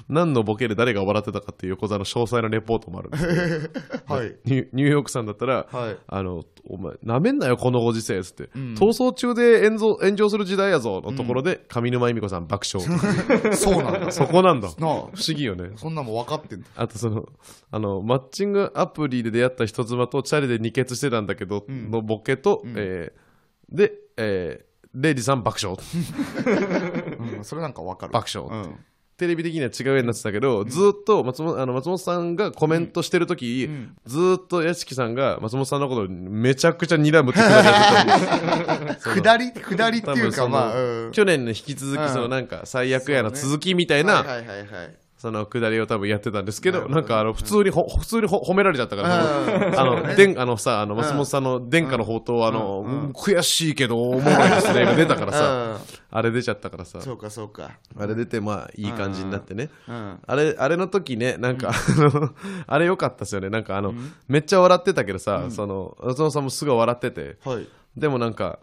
S1: 何のボケで誰が笑ってたかっていう横座の詳細なレポートもあるんですけど
S2: はい。
S1: ニュニューヨークさんだったら、
S2: はい。
S1: あの、お前、なめんなよ、このご時世っつって、
S2: ん
S1: 逃走中で炎上炎上する時代やぞのところで、上沼恵美子さん爆笑。
S2: そうなんだ。
S1: そこなんだ。不
S2: な
S1: 思
S2: あ
S1: 議よね。
S2: そんなもん分かってんだ。
S1: あとその、あの、マッチングアプリで出会った人妻とチャリで二血してたんだけど、のボケと、えーで、えーレイジさん爆笑。
S2: うん、それなんか分かる。
S1: 爆笑
S2: うん。
S1: テレビ的には違うようになってたけど、ずーっと松本あの松本さんがコメントしてるとき、ずーっと屋敷さんが松本さんのことをめちゃくちゃ睨むってくだりやって た
S2: 下り、下りって
S1: 多
S2: い
S1: 分
S2: う
S1: その
S2: か、まあ、うん
S1: 去年の引き続きその
S2: うん
S1: なんか最悪やの
S2: そうね
S1: 続きみたいな
S2: はいはいはいはい。
S1: そのくだりを多分やってたんですけ
S2: な
S1: ど
S2: るほ
S1: な
S2: ど
S1: んかあの普通にほ普通にほ褒められちゃったから
S2: うん
S1: あのでんあのさあの松本さんの殿下の宝刀あのうん悔しいけど思わないですねが出たからさ
S2: うん
S1: あれ出ちゃったからさ
S2: そうかそうか。
S1: あれ出てまあいい感じになってね
S2: うん。
S1: あれあれの時ねなんかあれ良かったですよねなんかあのめっちゃ笑ってたけどさその松本さんもすごい笑ってて
S2: はい。
S1: でもなんか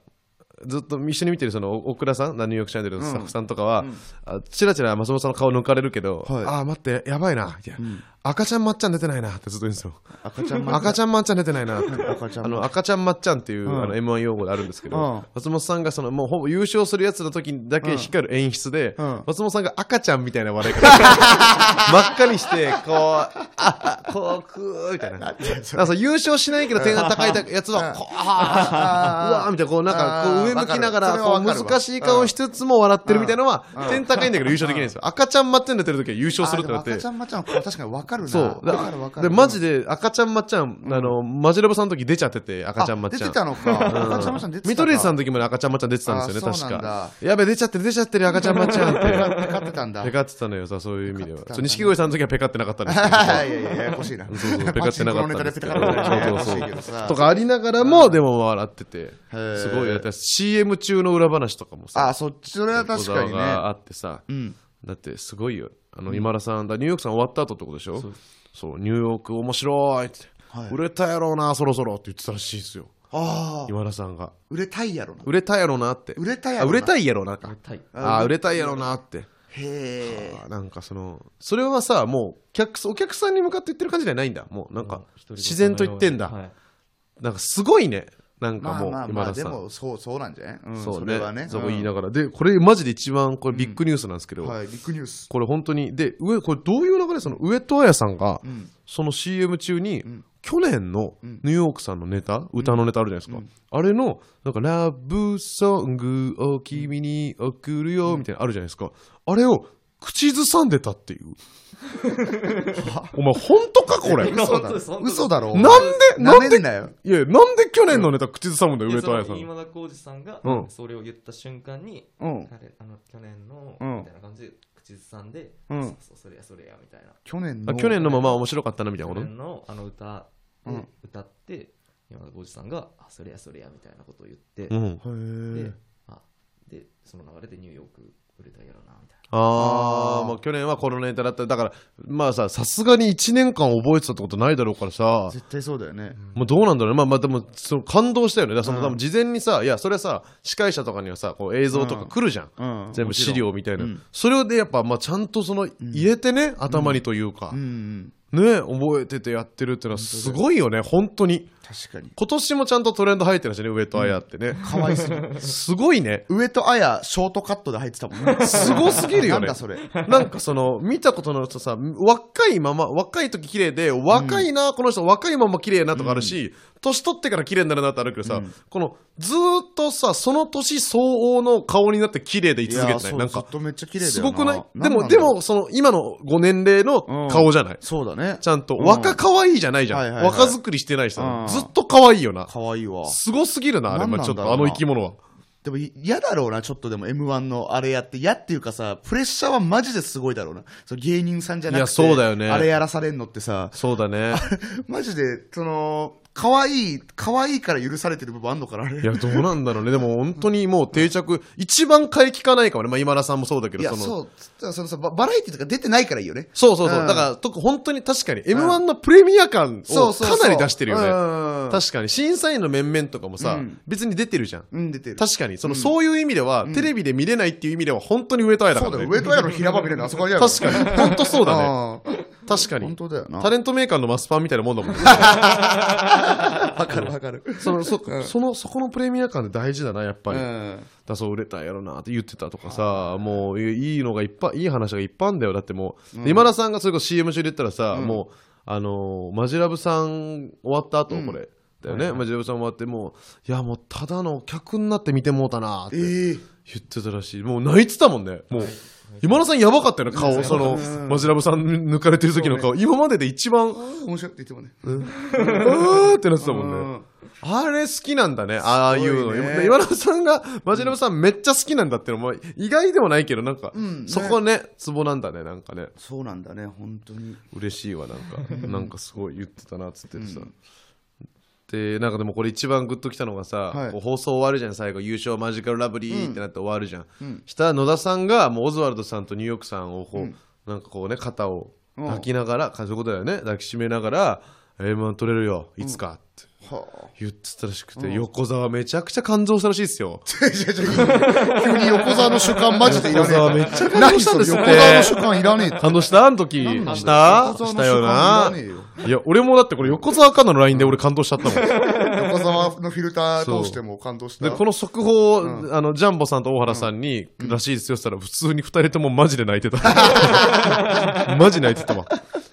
S1: ずっと一緒に見てるその大倉さんニューヨークチャンネルのスタッフさんとかは、あちらちら松本さんの顔抜かれるけど、
S2: はい
S1: ああ待ってやばいなみたいな、赤ちゃんまっちゃん出てないなってずっと言うんですよ
S2: 赤ちゃんま
S1: 赤ちゃんまっちゃん出てないなって
S2: 赤ちゃん
S1: あの赤ちゃんまっちゃんっていう、あの m 1用語であるんですけど、
S2: うん
S1: 松本さんがそのもうほぼ優勝するやつの時だけ光る演出で、
S2: うん
S1: 松本さんが赤ちゃんみたいな 笑い方真っ赤にしてこうああこうくーみたい ななんかそう優勝しないけど点が高いやつはこううわ
S2: あ
S1: ーみたいな、こうなんかこう上向きなが
S2: あ
S1: ら
S2: ー
S1: こ
S2: わ
S1: う
S2: かるそれはわかるわ
S1: 難しい顔しつつも笑ってるみたいなのは、点高いんだけど優勝できないんですよ。赤ちゃんまっちゃん出てる時は優勝するってなっ
S2: 赤
S1: て
S2: ちゃ。んまちゃんは確かに分かるな。
S1: そう。
S2: 分かる分か
S1: で、
S2: る。
S1: マジで赤ちゃんまっちゃん、あの、マジラブさんの時出ちゃってて、赤
S2: あ
S1: ちゃんまっちゃ
S2: 出
S1: ん。
S2: てたのか。赤ちゃんまちゃん出てたか。
S1: 見取り図さんの時まで赤ちゃんまっちゃん出てたんですよ
S2: あ
S1: ね、
S2: ーそ
S1: 確
S2: うなんだ
S1: か。やべ、出ちゃってる、出ちゃってる、赤ちゃんまっちゃん って。
S2: ペカってたんだ。
S1: ペカってたのよさ、そういう意味では
S2: ペカって。たんだ
S1: そう錦鯉さんの時はペカってなかったんですけど。
S2: はいいやいや、ややこしいな。
S1: そうそう、ペカってなかったんですけど。そうそうそう。と
S2: か。
S1: かありながらも、でも笑ってて、
S2: ー
S1: すごい、だって CM 中の裏話とかもさ、
S2: あ、そっち、それは確か
S1: 小
S2: に
S1: 沢が
S2: ね。
S1: あってさ、
S2: うん。
S1: だってすごいよ。あの、今田さん、だニューヨークさん終わった後ってことでしょそう、ニューヨーク面白いって。
S2: はい
S1: 売れたやろうな、そろそろって言ってたらしいですよ。
S2: ああ、
S1: 今田さんが。
S2: 売れたいやろな。
S1: 売れたやろうなって。
S2: 売れたいや
S1: あ
S2: ろな。
S1: 売れたいやろうなか。
S4: はい
S1: あー、売れたいやろうなって。
S2: へえ。
S1: あーなんかその、それはさ、もう、客お客さんに向かって言ってる感じじゃないんだ。もう、なんか、自然と言ってんだ。
S4: はい
S1: なんかすごいね。なんか
S2: まあ
S1: もう、
S2: まあま
S1: 今
S2: あ、
S1: 田
S2: で
S1: さん。
S2: も、そう、そうなんじゃないうん
S1: そう
S2: そ
S1: ね
S2: れはね。
S1: そう
S2: うん
S1: 言いながら。で、これマジで一番、これビッグニュースなんですけど、
S2: はい、ビッグニュース。
S1: これ本当に、で、上、これどういう流れその、上戸彩さんが、
S2: ん
S1: その CM 中に、去年のニューヨークさんのネタ、歌のネタあるじゃないですか。あれの、なんか、ラブソングを君に送るよ、みたいなのあるじゃないですか。あれを、口ずさんでたっていう。お前、本当かこ れ。
S4: い
S1: なん
S4: や本当です本当です
S2: 嘘だろ。
S1: で、な
S2: なんめ
S1: で、
S2: んなよ。
S1: いや、なんで去年のネタ口ずさむんだよ、上
S4: で
S1: 戸
S4: そ
S1: 彩さ
S4: の
S1: ん。
S4: 今田耕司さんが
S1: うん
S4: それを言った瞬間に、
S2: うん。
S4: あれあの去年の、
S2: うん
S4: みたいな感じで口ずさんで、
S2: うん
S4: そうそうそれやそれやみたいな
S2: 去年
S1: あ
S2: の。
S1: 去年のもまあ面白かったなみたいなこ
S4: 去
S1: と
S4: 年のあの歌で、
S2: うん
S4: 歌って今田耕司さんがあそれやそれやみたいなことを言って、
S1: うん。
S2: へ
S4: で
S2: え。
S4: あでその流れでニューヨーク売れたやろなみたい
S1: あ
S2: あ
S1: あ、
S2: ー
S1: まあ去年はコロナネタだった。だから、まあさ、さすがに1年間覚えてたってことないだろうからさ、
S2: 絶対そうだよね。
S1: もうどうなんだろうね。まあまあでも、その感動したよね。だからその、
S2: うん
S1: 多分事前にさ、いや、それはさ、司会者とかにはさ、こう映像とか来るじゃん。
S2: うん。
S1: 全部資料みたいな、
S2: うん
S1: それをでやっぱ、まあ、ちゃんとその入れてね、頭にというか、
S2: うんうん。
S1: ね覚えててやってるってのはすごいよね本当に
S2: 確かに。
S1: 今年もちゃんとトレンド入ってるしね上戸彩ってね、
S2: かわいすぎる。
S1: すごいね
S2: 上と 綾、ショートカットで入ってたもんね。
S1: すごすぎるよ
S2: な
S1: ね
S2: んだそれ。
S1: なんかその、見たことの人さ、若いまま、若い時綺麗で、若いな、この人、若いまま綺麗なとかあるし、年取ってから綺麗になるなってあるけどさ、この、ずーっとさ、その年相応の顔になって綺麗でい続けてない
S2: や
S1: なん
S2: そう
S1: か
S2: ずっ、とめっちゃ綺麗だよ
S1: すごくないで
S2: んな
S1: も、
S2: ん
S1: で
S2: だろう
S1: も、その、今のご年齢の顔じゃない、
S2: そうだね
S1: ち。ゃんと、
S2: うん
S1: 若可愛いじゃないじゃん。
S2: はいはいはい
S1: 若作りしてないしさ、
S2: うん
S1: ずっと可愛いよな。
S2: 可愛いわ。
S1: すごすぎるな、あれ、
S2: なんな
S1: ま
S2: ん
S1: あちょ
S2: だろ
S1: っ
S2: う
S1: と、あの生き物は。
S2: でも嫌だろうな、ちょっとでも M1 のあれやって、嫌っていうかさ、プレッシャーはマジですごいだろうな。その芸人さんじゃなくて、
S1: いやそうだよね
S2: あれやらされんのってさ、
S1: そうだね。
S2: マジで、その、可愛い、可愛いから許されてる部分あんのかな、あれ
S1: いや、どうなんだろうね。でも本当にもう定着、一番買い聞かないかもね。まあ、今田さんもそうだけ
S2: い
S1: ど、
S2: や、
S1: その。そう
S2: そう、だからそのさ、ババラエティとか出てないからいいよね。
S1: そうそう
S2: うん
S1: だから、と本当に確かに M1 のプレミア感
S2: そ
S1: を
S2: うそう
S1: かなり出してるよね。
S2: ね
S1: 確かに。審査員の面々とかもさ、
S2: うん
S1: 別に出てるじゃん。
S2: うん、出てる。
S1: 確かに、その、そういう意味では、テレビで見れないっていう意味では、本当に上戸彩だか
S2: そう
S1: ら
S2: だ
S1: ね。
S2: よ、上戸彩の平場見れるの、あそこにある
S1: 確かに、本当そうだね。
S2: あー
S1: 確かに
S2: 本。当だよな。
S1: タレントメーカーのマスパンみたいなもんだ もんね。
S2: わかるわかる。
S1: その、そ、その、そこのプレミア感で大事だな、やっぱ
S2: う
S1: り。
S2: ん。
S1: だそう売れたんやろなって言ってたとかさもういいのがいっぱいいい話がいっぱいあんだよだってもう、今田さんがそれこそ CM 中で言ったらさ、もうあのーマジラブさん終わった後これ、だよね、マジラブさん終わってもういやもうただの客になって見てもうたなって言
S2: ええ
S1: ってたらしいもう泣いてたもんねもう今田さんやばかったよね顔その
S2: うん
S1: マジラブさん抜かれてる時の顔、今までで一番
S2: あー面白いって言ってもね。
S1: うーってなってたもんね、
S2: うん
S1: あれ好きなんだね、ああいうの。
S2: すごいね
S1: で今田さんが、マジラブさんめっちゃ好きなんだってのも、意外でもないけど、なんか、
S2: んね
S1: そこね、ツボなんだね、なんかね。
S2: そうなんだね、本当に。
S1: 嬉しいわ、 なんか。なんかすごい言ってたな、つってさ。で、なんかでもこれ一番グッときたのがさ、
S2: はい
S1: こう放送終わるじゃん、最後、優勝マジカルラブリーってなって終わるじゃん。したら野田さんが、もうオズワルドさんとニューヨークさんをこう、なんかこうね、肩を抱きながら、そういうことだよね、抱きしめながら、M1 取れるよ、いつかって。
S2: はあ。
S1: 言ってたらしくて、横澤めちゃくちゃ感動したらしいです よ。
S2: 急に横沢の主観マジでいらねえから。
S1: 横沢めっちゃ感動したんですよ
S2: 何それ横沢の主観いらねえって。
S1: 感動したあの時。
S2: なん
S1: し
S2: だ
S1: た
S2: 横澤の
S1: したよな
S2: 主観いらねえよ。
S1: いや、俺もだってこれ横澤かなの LINE で俺感動しちゃったも ん。
S2: 横沢のフィルター通しても感動した。
S1: で、この速報を、あの、ジャンボさんと大原さんに、らしいですよって言ったら、普通に二人ともマジで泣いてた。 マジ泣いてたわ。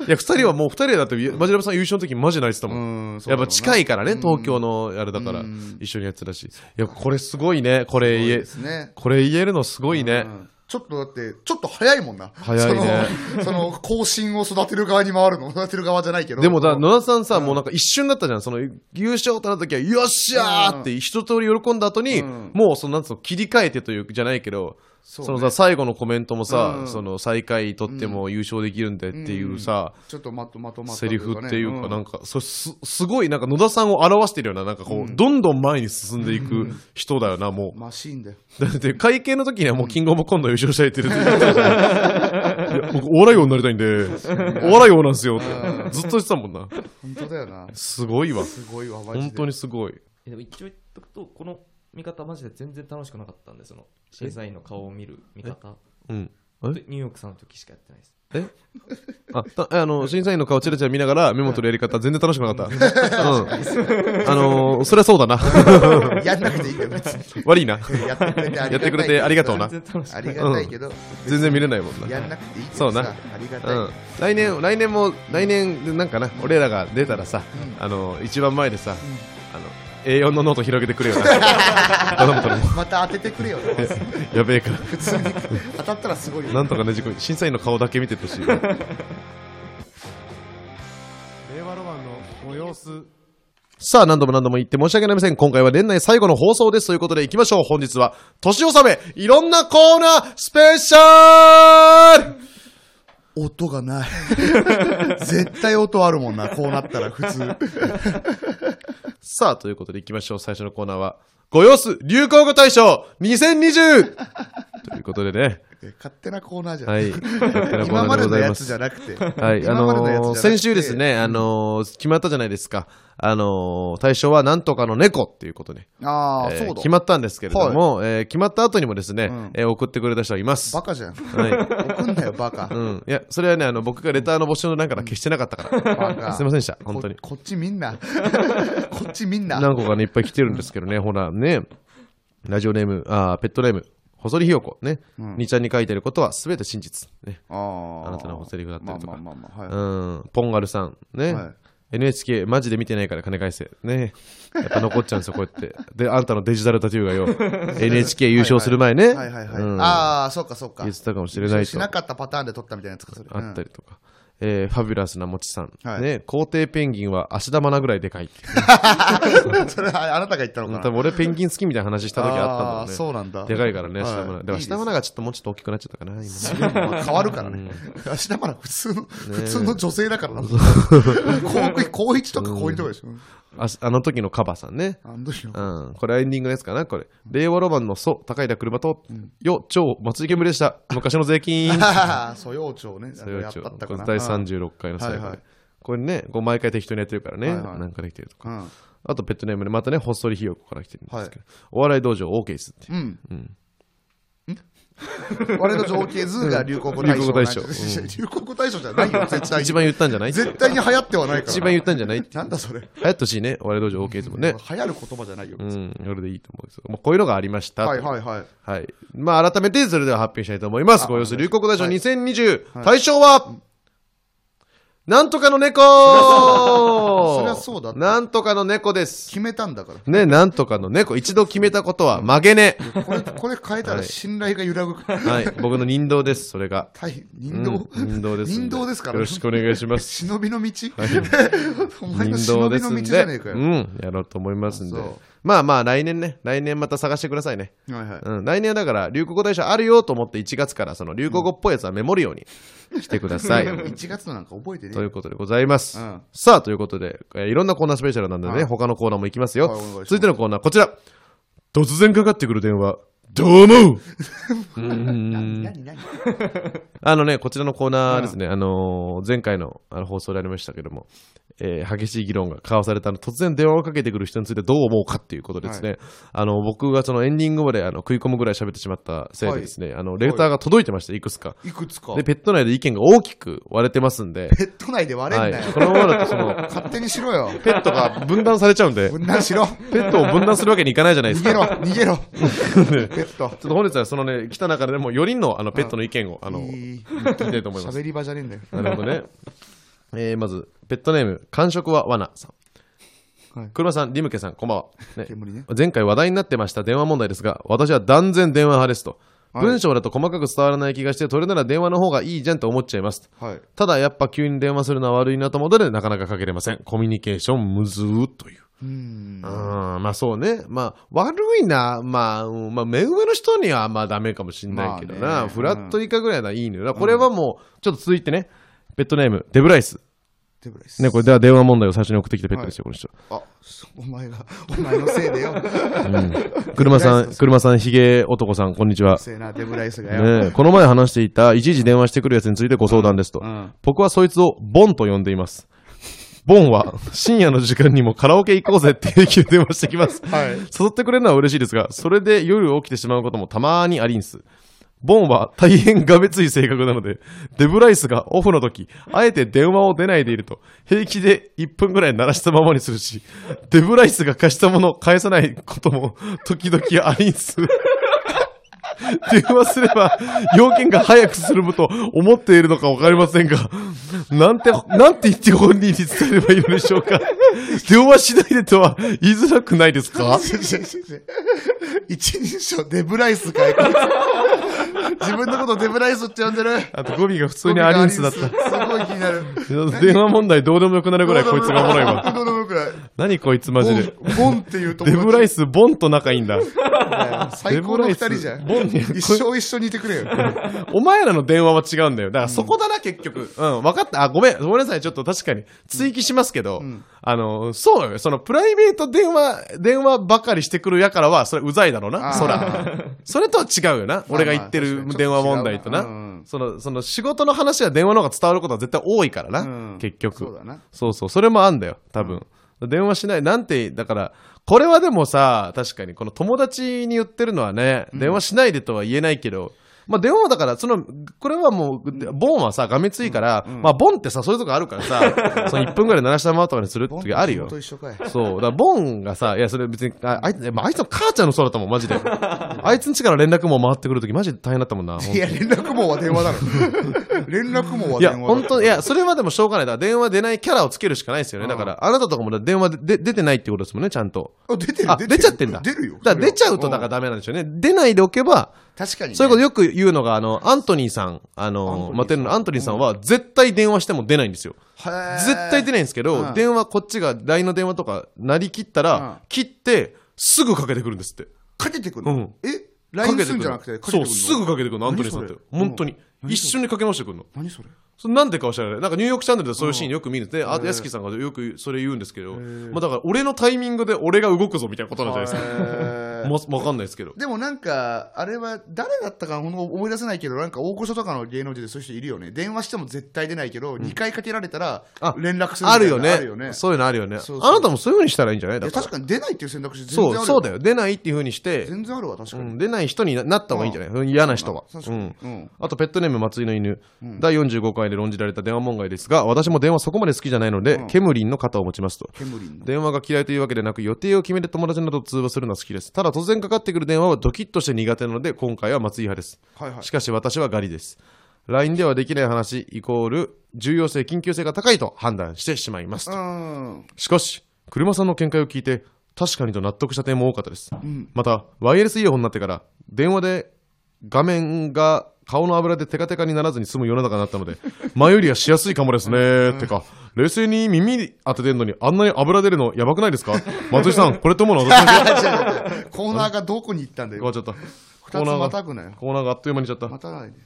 S1: いや、二人はもう二人だって、マジラブさん優勝の時マジ泣いてたもん。
S2: うん、
S1: やっぱ近
S2: い。
S1: いからね、東京のあれだから、一緒にやってたし。いや、これすごいね、これ言え
S2: で、すね。
S1: これ言えるのすごいね。
S2: うんちょっとだって、ちょっと早いもんな。
S1: 早いね
S2: その、その、更新を育てる側に回るの。育てる側じゃないけど。
S1: でもだ、
S2: うん
S1: 野田さんさ、もうなんか一瞬だったじゃん。その、優勝となった時は、よっしゃーって一通り喜んだ後に、
S2: ん
S1: もうその、なんつうの、切り替えてという、じゃないけど、そ,、
S2: うね
S1: のさ、最後のコメントもさ、
S2: うん
S1: その、最下位取っても優勝できるんでっていうさ、
S2: ちょっとまとまとまったと
S1: セリフっていうか、なん
S2: か
S1: か、
S2: ね。
S1: そす、すごい、なんか野田さんを表してるような、なんかこう、どんどん前に進んでいく人だよな、もう
S2: うん。マシーンだよ。
S1: だって会見の時にはもうキングオブコント優勝したいって言ってたじゃん いや僕お笑い王になりたいんで、お笑い王なんですよって、ずっと言ってたもんな。
S2: 本当だよな。
S1: すごいわ。
S2: すごいわ、マジで。
S1: 本当にすごい。
S4: えでも一応言っとくとこの見方マジで全然楽しくなかったんでその審査員の顔を見る見方
S1: うん。
S4: でニューヨークさんの時しかやってないです
S1: あ、た あの、審査員の顔チラチラ見ながらメモ取るやり方全然楽しくなかった。うん。あのー、そりゃそうだ な。
S2: やんなくていいけど、別に。
S1: 悪いな。
S2: やってくれてありがたいけど。
S1: やってくれてありがとうな。
S4: 全然楽しく
S2: あ
S4: な
S2: り
S4: い
S2: がたいけど、
S1: 全然見れないもんな。
S2: やんなくていいけ
S1: そう
S2: ど
S1: な
S2: さ。ありがたい。
S1: うん、来年来年も来年なんかな俺らが出たらさ、あの一番前でさ、あの A4 のノート広げてくれ よな頼む頼む
S2: また当ててくれよ。
S1: やべえから
S2: 当たったらすごいよ。
S1: なんとかねじ込み審査員の顔だけ見ててほしい 令和ロマンのご様子さあ何度も何度も言って申し訳ありません今回は年内最後の放送ですということで行きましょう本日は年納めいろんなコーナースペシャル
S2: 音が ない。絶対音あるもんな、こうなったら普通。
S1: さあ、ということで行きましょう。最初のコーナーは、ご様子流行語大賞 2020! ということでね、
S2: 勝手なコーナーじゃ
S1: は
S2: ない。
S1: い。勝手なコー
S2: 今
S1: ナー
S2: ま
S1: でご
S2: での
S1: ざい
S2: や
S1: ま
S2: つじ
S1: す。
S2: ゃなくて。
S1: はい、あ
S2: 今までのやつ
S1: の
S2: じゃなく
S1: ー
S2: て
S1: 先週です。ね、あのー決まったじゃないですか。あのー対象はなんとかの猫っていうことで、
S2: ああ、
S1: えー
S2: そうだ
S1: 決。まったんですけれども、えー決まった後にもですね、
S2: ん
S1: えー送ってくれた人はいます。
S2: バカじゃん。
S1: はい。
S2: 送んなよ、バカ
S1: う。ん。いや、それはね、あの、僕がレターの募集の中から消してなかったから。
S2: バカ。
S1: すいませんでした、本当に
S2: こ。こっち みんな。こっちみんな。
S1: 何個かね、いっぱい来てるんですけどね、ほらね、ラジオネーム、あーペットネーム、細利ひよこ、ね、にちゃんに書いてることは全て真実。ね、
S2: あ
S1: あなたのセリフだったりとか
S2: まあまあまあまあ、
S1: う
S2: はい。
S1: ん、ポンガルさん、ね、
S2: はい
S1: NHK マジで見てないから金返せ。ね、やっぱ残っちゃうんで すよ、こうやって。で、あんたのデジタルタトゥーがよ、NHK 優勝する前ね、
S2: はいはいはい。
S1: うん
S2: ああ、そうかそうか
S1: 言っ。てたかもしれない
S2: し
S1: と、
S2: な
S1: あ
S2: かったパターンで撮ったみたいなやつか、それ。うん
S1: ったりとか。えーファビュラスなもちさん、
S2: はい
S1: ね、皇帝ペンギンは足玉なぐらいで かい。
S2: それああなたが言ったのかな
S1: 多分俺ペンギン好きみたいな話した時あ
S2: あー
S1: った
S2: そ
S1: もん
S2: うなんだ
S1: ね。でかいからね、
S2: はい
S1: 足玉な。だか
S2: いい
S1: ら
S2: です
S1: 下花がちょっともうちょっと大きくなっちゃったかな、今ね。
S2: まあ 変わるからね。足玉な普通の、普通の女性だ からな。高一、高一とか高二とかでしょ。
S1: ああの時のカバさんね。
S2: あの時の
S1: うん、これエンディングのやつかなこれ。令和ロマンの祖、高枝車と、よ、超、松井煙でした。昔の税金。
S2: ああ、 素養長ね。
S1: それ
S2: や
S1: は
S2: っ
S1: ち
S2: た
S1: ょ
S2: った
S1: こ
S2: か
S1: れ
S2: な。
S1: 第36回の最後で、
S2: はいはい
S1: これね、こう毎回適当にやってるからね、
S2: はいはい
S1: なんかできてるとか。
S2: うん
S1: あとペットネームで、またね、ほっそりひよこから来てるんですけど、お笑い道場 OK ですって。
S2: うん。 我の情景図が流行語大
S1: 流行語大賞
S2: 賞。流行語大賞じゃないよ、 絶対に
S1: 一。番言ったんじゃない
S2: 絶対に流行ってはないから。
S1: 一番言ったんじゃないって
S2: なんだそれ。
S1: 流行ってほしいね、お笑い道場 OK ですもんね。
S2: 流行る言葉じゃないよ。
S1: うん、それでいいと思うんですよ。まあ、こういうのがありました。
S2: はいはいはい。
S1: はい。まあ、改めて、それでは発表したいと思います。ご様子、流行語大賞2020、
S2: はい
S1: 大賞は、なんとかの猫
S2: そりゃそうだって
S1: なんとかの猫です。
S2: 決めたんだから。
S1: ね、なんとかの猫。一度決めたことは曲げね。
S2: これ、これ変えたら信頼が揺らぐから。
S1: はい。僕の人道です、それが。
S2: 対
S1: う
S2: 人
S1: ん
S2: 道
S1: 人道ですん。
S2: 人道ですから
S1: よろしくお願いします。
S2: 忍びの道 お前の
S1: 人道
S2: 忍
S1: で
S2: び
S1: す
S2: の
S1: ん
S2: 道じ
S1: で。
S2: ゃねえか
S1: う
S2: よ。
S1: ん。やろうと思いますんで
S2: あそう。
S1: まあまあ、来年ね。来年また探してくださいね。
S2: はいはい。
S1: うん、来年はだから流行語大賞あるよと思って1月からその流行語っぽいやつはメモるようにしてくだ さい。
S2: 1月のなんか覚えてねえ
S1: とい
S2: よ
S1: うことでございます。
S2: うん
S1: さあ、ということで、えーいろんなコーナースペシャルなんでね、
S2: はい
S1: 他のコーナーも行きますよ。
S2: はいお願いします
S1: 続いてのコーナー、こちら。突然かかってくる電話。どう もうーん
S2: 何何
S1: あのね、こちらのコーナーですね、あのー前回のあの放送でありましたけども、えー激しい議論が交わされたあの突然電話をかけてくる人についてどう思うかっていうことですね、あの僕がそのエンディングまであの食い込むぐらい喋ってしまったせいでですね、あのレターが届いてました、いくつか。
S2: いくつか。
S1: で、ペット内で意見が大きく割れてますんで、
S2: ペット内で割れ
S1: は
S2: ん
S1: い
S2: なよ、。
S1: このままだとそ の、
S2: 勝手にしろよ。
S1: ペットが分断されちゃうんで、
S2: 分断しろ。
S1: ペットを分断するわけにいかないじゃないです
S2: 逃げ
S1: か。
S2: ろ、逃げろ。ペッ ト。
S1: ちょっと本日はそのね、来た中でも4人のあのペットの意見を、あの、聞
S2: いい
S1: きたいと思います。
S2: 喋り場じゃねえんだよ。
S1: なるほどね。 えーまず、ペットネーム、感触は罠さん。
S2: はい
S1: 車さん、リムケさん、こんばんは、ね
S2: 煙ね
S1: 前回話題になってました電話問題ですが、私は断然電話派ですと。
S2: はい
S1: 文章だと細かく伝わらない気がして、それなら電話の方がいいじゃんと思っちゃいます。
S2: はい。
S1: ただ、やっぱ急に電話するのは悪いなと思うので、なかなかかけれません。コミュニケーションむずーという。
S2: うーん。
S1: うん、まあそうね。まあ悪いな。まあ、うんまあ目上の人にはまあダメかもしんないけどな。
S2: まあね
S1: フラット以下ぐらいならいいのよな。これはもう、ちょっと続いてね。ペットネーム、デブライス。
S2: 手ぶらです
S1: ね、これでは電話問題を最初に送ってきたペットですよ、こ
S2: あ、お前が、お前のせいでよ。
S1: の人。うん、車 さん、車さん、ヒゲ男さん、こんにちは。
S2: せえな、デブライスがよ。
S1: ね、この前話していた、いちいち電話してくるやつについてご相談ですと。
S2: うん。
S1: 僕はそいつをボンと呼んでいます。ボンは深夜の時間にもカラオケ行こうぜっていう気で電話してきます。
S2: はい。
S1: 誘ってくれるのは嬉しいですが、それで夜起きてしまうこともたまにありんす。ボンは大変がめつい性格なので、デブライスがオフの時、あえて電話を出ないでいると、平気で1分ぐらい鳴らしたままにするし、デブライスが貸したものを返さないことも時々ありんす。電話すれば要件が早くすると思っているのか分かりませんが、なんて、なんて言って本人に伝えればいいのでしょうか。電話しないでとは言いづらくないですか
S2: 違う違う違う一人称デブライスかいこ いつ自分のことデブライスって呼んでる。
S1: あと語尾が普通にアリンスだっ
S2: すご
S1: た。
S2: い気になる。
S1: 電話問題どうでもよくなるぐらいこいつがおもろいわ。
S2: どうでもよくない。
S1: 何こいつマジで。
S2: ボンボンっていうと
S1: デブライ
S2: ス
S1: ス、ボンと仲いいんだ。
S2: 最高の二人じゃ
S1: デ
S2: ん
S1: ブライスボンに。
S2: 一生一緒にいてくれよ。
S1: お前らの電話は違うんだよ。だからそこだな、結局。うん、分かった。あ、ごめん。ごめんなさい。ちょっと確かに追記しますけど、あの、そうよ。そのプライベート電話、電話ばかりしてくるやからは、それうざいだろうな。
S2: あー
S1: そら。それとは違 うよな。俺が言って
S2: 確か
S1: る
S2: に
S1: 電話問題と
S2: ちょっと違うなう。
S1: なんその、その仕事の話は電話の方が伝わることは絶対多いから
S2: う。
S1: なん結局。
S2: そうだな。
S1: そうそう、それもあんだよ、多分。電話しない。なんて、だから、これはでもさ、確かに、この友達に言ってるのはね、電話しないでとは言えないけど、まあ電話はだから、その、これはもう、ボンはさ、がめついから、まあボンってさ、そういうとこあるから さ、その1分ぐらい鳴らしたままとかにする時あるよ
S2: ボン。と一緒かい。
S1: そう。だから、ボンがさ、いや、それ別に、ああいつ、まああいつの母ちゃんのそうだったもん、 マジで。あいつんちから連絡も回ってくるとき、マジで大変だった もんな。ほんと
S2: いや、連絡網は電話 だろ。連絡網はい
S1: や、
S2: 電話だろ。
S1: 本当いや、それはでもしょうがない。だから電話出ないキャラをつけるしかないですよね。だから、あなたとかも電話で出てないってことですもんね、ちゃんと。
S2: あ出てる
S1: あ、
S2: 出てる
S1: 出ちゃってんだ。
S2: 出るよ。
S1: だから出ちゃうとだから
S2: ら。
S1: ダメなんでしょうね。出ないでおけば、
S2: 確かに、ね。
S1: そういうことよく言うのが、あの、アントニーさん、あの、マテンのアントニーさんは、絶対電話しても出ないんですよ。
S2: は
S1: 絶対出ないんですけど、
S2: うん
S1: 電話こっちが LINE の電話とかなりきったら、
S2: うん
S1: 切ってすぐかけてくるんですって
S2: かけてくるの、
S1: うん
S2: え
S1: か
S2: ?LINE
S1: け
S2: するんじゃなくてかけてくる
S1: そ
S2: の
S1: うすぐかけてくるのアントニーさんって
S2: 何それ
S1: 本当に
S2: うん
S1: 一瞬にかけましてくるの
S2: 何それ
S1: それなんでかは知らないなんかニューヨークチャンネルでそういうシーンよく見るて、あと屋敷さんがよくそれ言うんですけど、
S2: ー
S1: まあ、だから俺のタイミングで俺が動くぞみたいなことなんじゃないですか、
S2: へー
S1: まわかんないですけど
S2: でもなんか、あれは誰だったかほんと思い出せないけど、なんか大御所とかの芸能人でそういう人いるよね。電話しても絶対出ないけど、2回かけられたら
S1: あ
S2: 連絡するみ
S1: あ
S2: た
S1: る
S2: いな
S1: よね
S2: あるよね。
S1: そういうのあるよね
S2: そうそう
S1: あなたもそういうふうにしたらいいんじゃない
S2: い
S1: だ
S2: や
S1: から
S2: 確かに出ないっていう選択肢全然ある
S1: そうそうだ
S2: よ。
S1: よ出ないっていうふうにして、
S2: 全然あるわ、確か
S1: う
S2: に。
S1: ん、出ない人にななった方がいいんじゃない、嫌な人は
S2: 確かに。うん。
S1: あと、ペットネーム松井の犬、第45回で論じられた電話問題ですが、私も電話そこまで好きじゃないので、ケムリンの肩を持ちますと。
S2: ケムリンの。
S1: 電話が嫌いというわけでなく、予定を決めて友達などと通話するのは好きです。ただ、突然かかってくる電話はドキッとして苦手なので、今回は松井派です。
S2: はいはい
S1: し。かし、私はガリです。LINE ではできない話、イコール、重要性、緊急性が高いと判断してしまいます
S2: う。ん。
S1: しかし、車さんの見解を聞いて、確かにと納得した点も多かったです。また、ワイヤレスイヤホンになってから、電話で画面が顔の油でテカテカにならずに済む世の中になったので、 前よりはしやすいかもですね。てか、冷静に耳当ててんのにあんなに油出るのやばくないですか 松井さん、これと思うの私の
S2: あ違う違うコーナーがどこに行ったんだ
S1: 変わ
S2: よ
S1: っ。ちゃった。コ
S2: 二
S1: ー
S2: つ
S1: ナ
S2: ま
S1: ーが、
S2: たぐなよ。
S1: コーナーがあっという間に行っちゃった。
S2: またないで。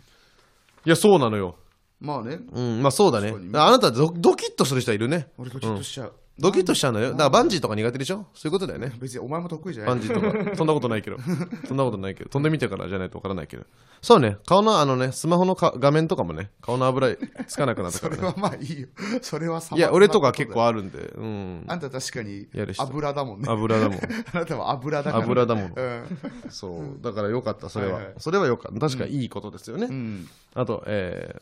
S1: いや、そうなのよ。
S2: まあね。
S1: うん、まあそうだね。
S2: 確かに
S1: あなたド、ドキッとする人いるね。
S2: 俺ドキッとしちゃう。
S1: ドキッとしちゃうのよ。だからバンジーとか苦手でしょそういうことだよね。
S2: 別にお前も得意じゃな
S1: バ
S2: い
S1: ンジーと か、飛んだことないけど、飛んだことないけど、飛んでみてからじゃないとわからないけど、そうね、顔のあのね、スマホのか画面とかもね、顔の油つかなくなった
S2: そ
S1: から
S2: れ
S1: ね。
S2: はまあいいよ。それはさ
S1: いや、俺とか結構あるんで、うん、
S2: あんた確かに
S1: やる人
S2: 油だもんね。
S1: 油だもん。
S2: あ なたは油だから。
S1: 油だもん
S2: う。ん。
S1: そう、だからよかった、それは。
S2: はいはい
S1: それはよかった。確かにいいことですよね。
S2: うん。
S1: あと、えー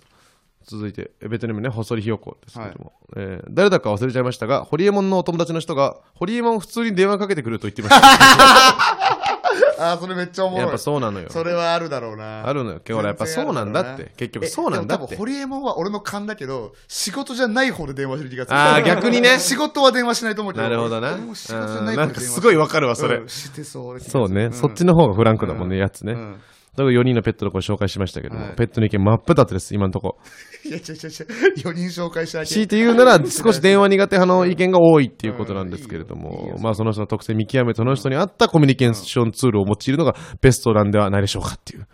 S1: 続いて、ベトナムね、細利ひよこですけども、えー誰だか忘れちゃいましたが、ホリエモンのお友達の人が、ホリエモン普通に電話かけてくると言ってま した。
S2: ああ、それめっちゃおもろい。
S1: やっぱそうなのよ。
S2: それはあるだろうな。
S1: あるのよ。今日はやっぱそうなんだっ
S2: 全然あるだろう
S1: て
S2: な。
S1: 結局そうなんだっ
S2: えでも多分
S1: て。
S2: ホリエモンは俺の勘だけど、仕事じゃない方で電話する気がする。
S1: あー逆にね
S2: 仕事は電話しないと思うけど。
S1: なるほどな。
S2: 俺も仕事じゃない
S1: うんなんかすごいわかるわ、それ。
S2: うんしてそうです
S1: そうね、
S2: ん
S1: そっちの方がフランクだもんね、やつね。
S2: うん
S1: だから4人のペットの子を紹介しましたけども、
S2: はい
S1: ペットの意見真っ二つです、今のとこ。
S2: いや、違う違う違う。4人紹介しただけ
S1: 強いて言うなら、少し電話苦手派の意見が多いっていうことなんですけれども、まあその人の特性見極め、その人に合ったコミュニケーションツールを用いるのがベストなんではないでしょうかっていう。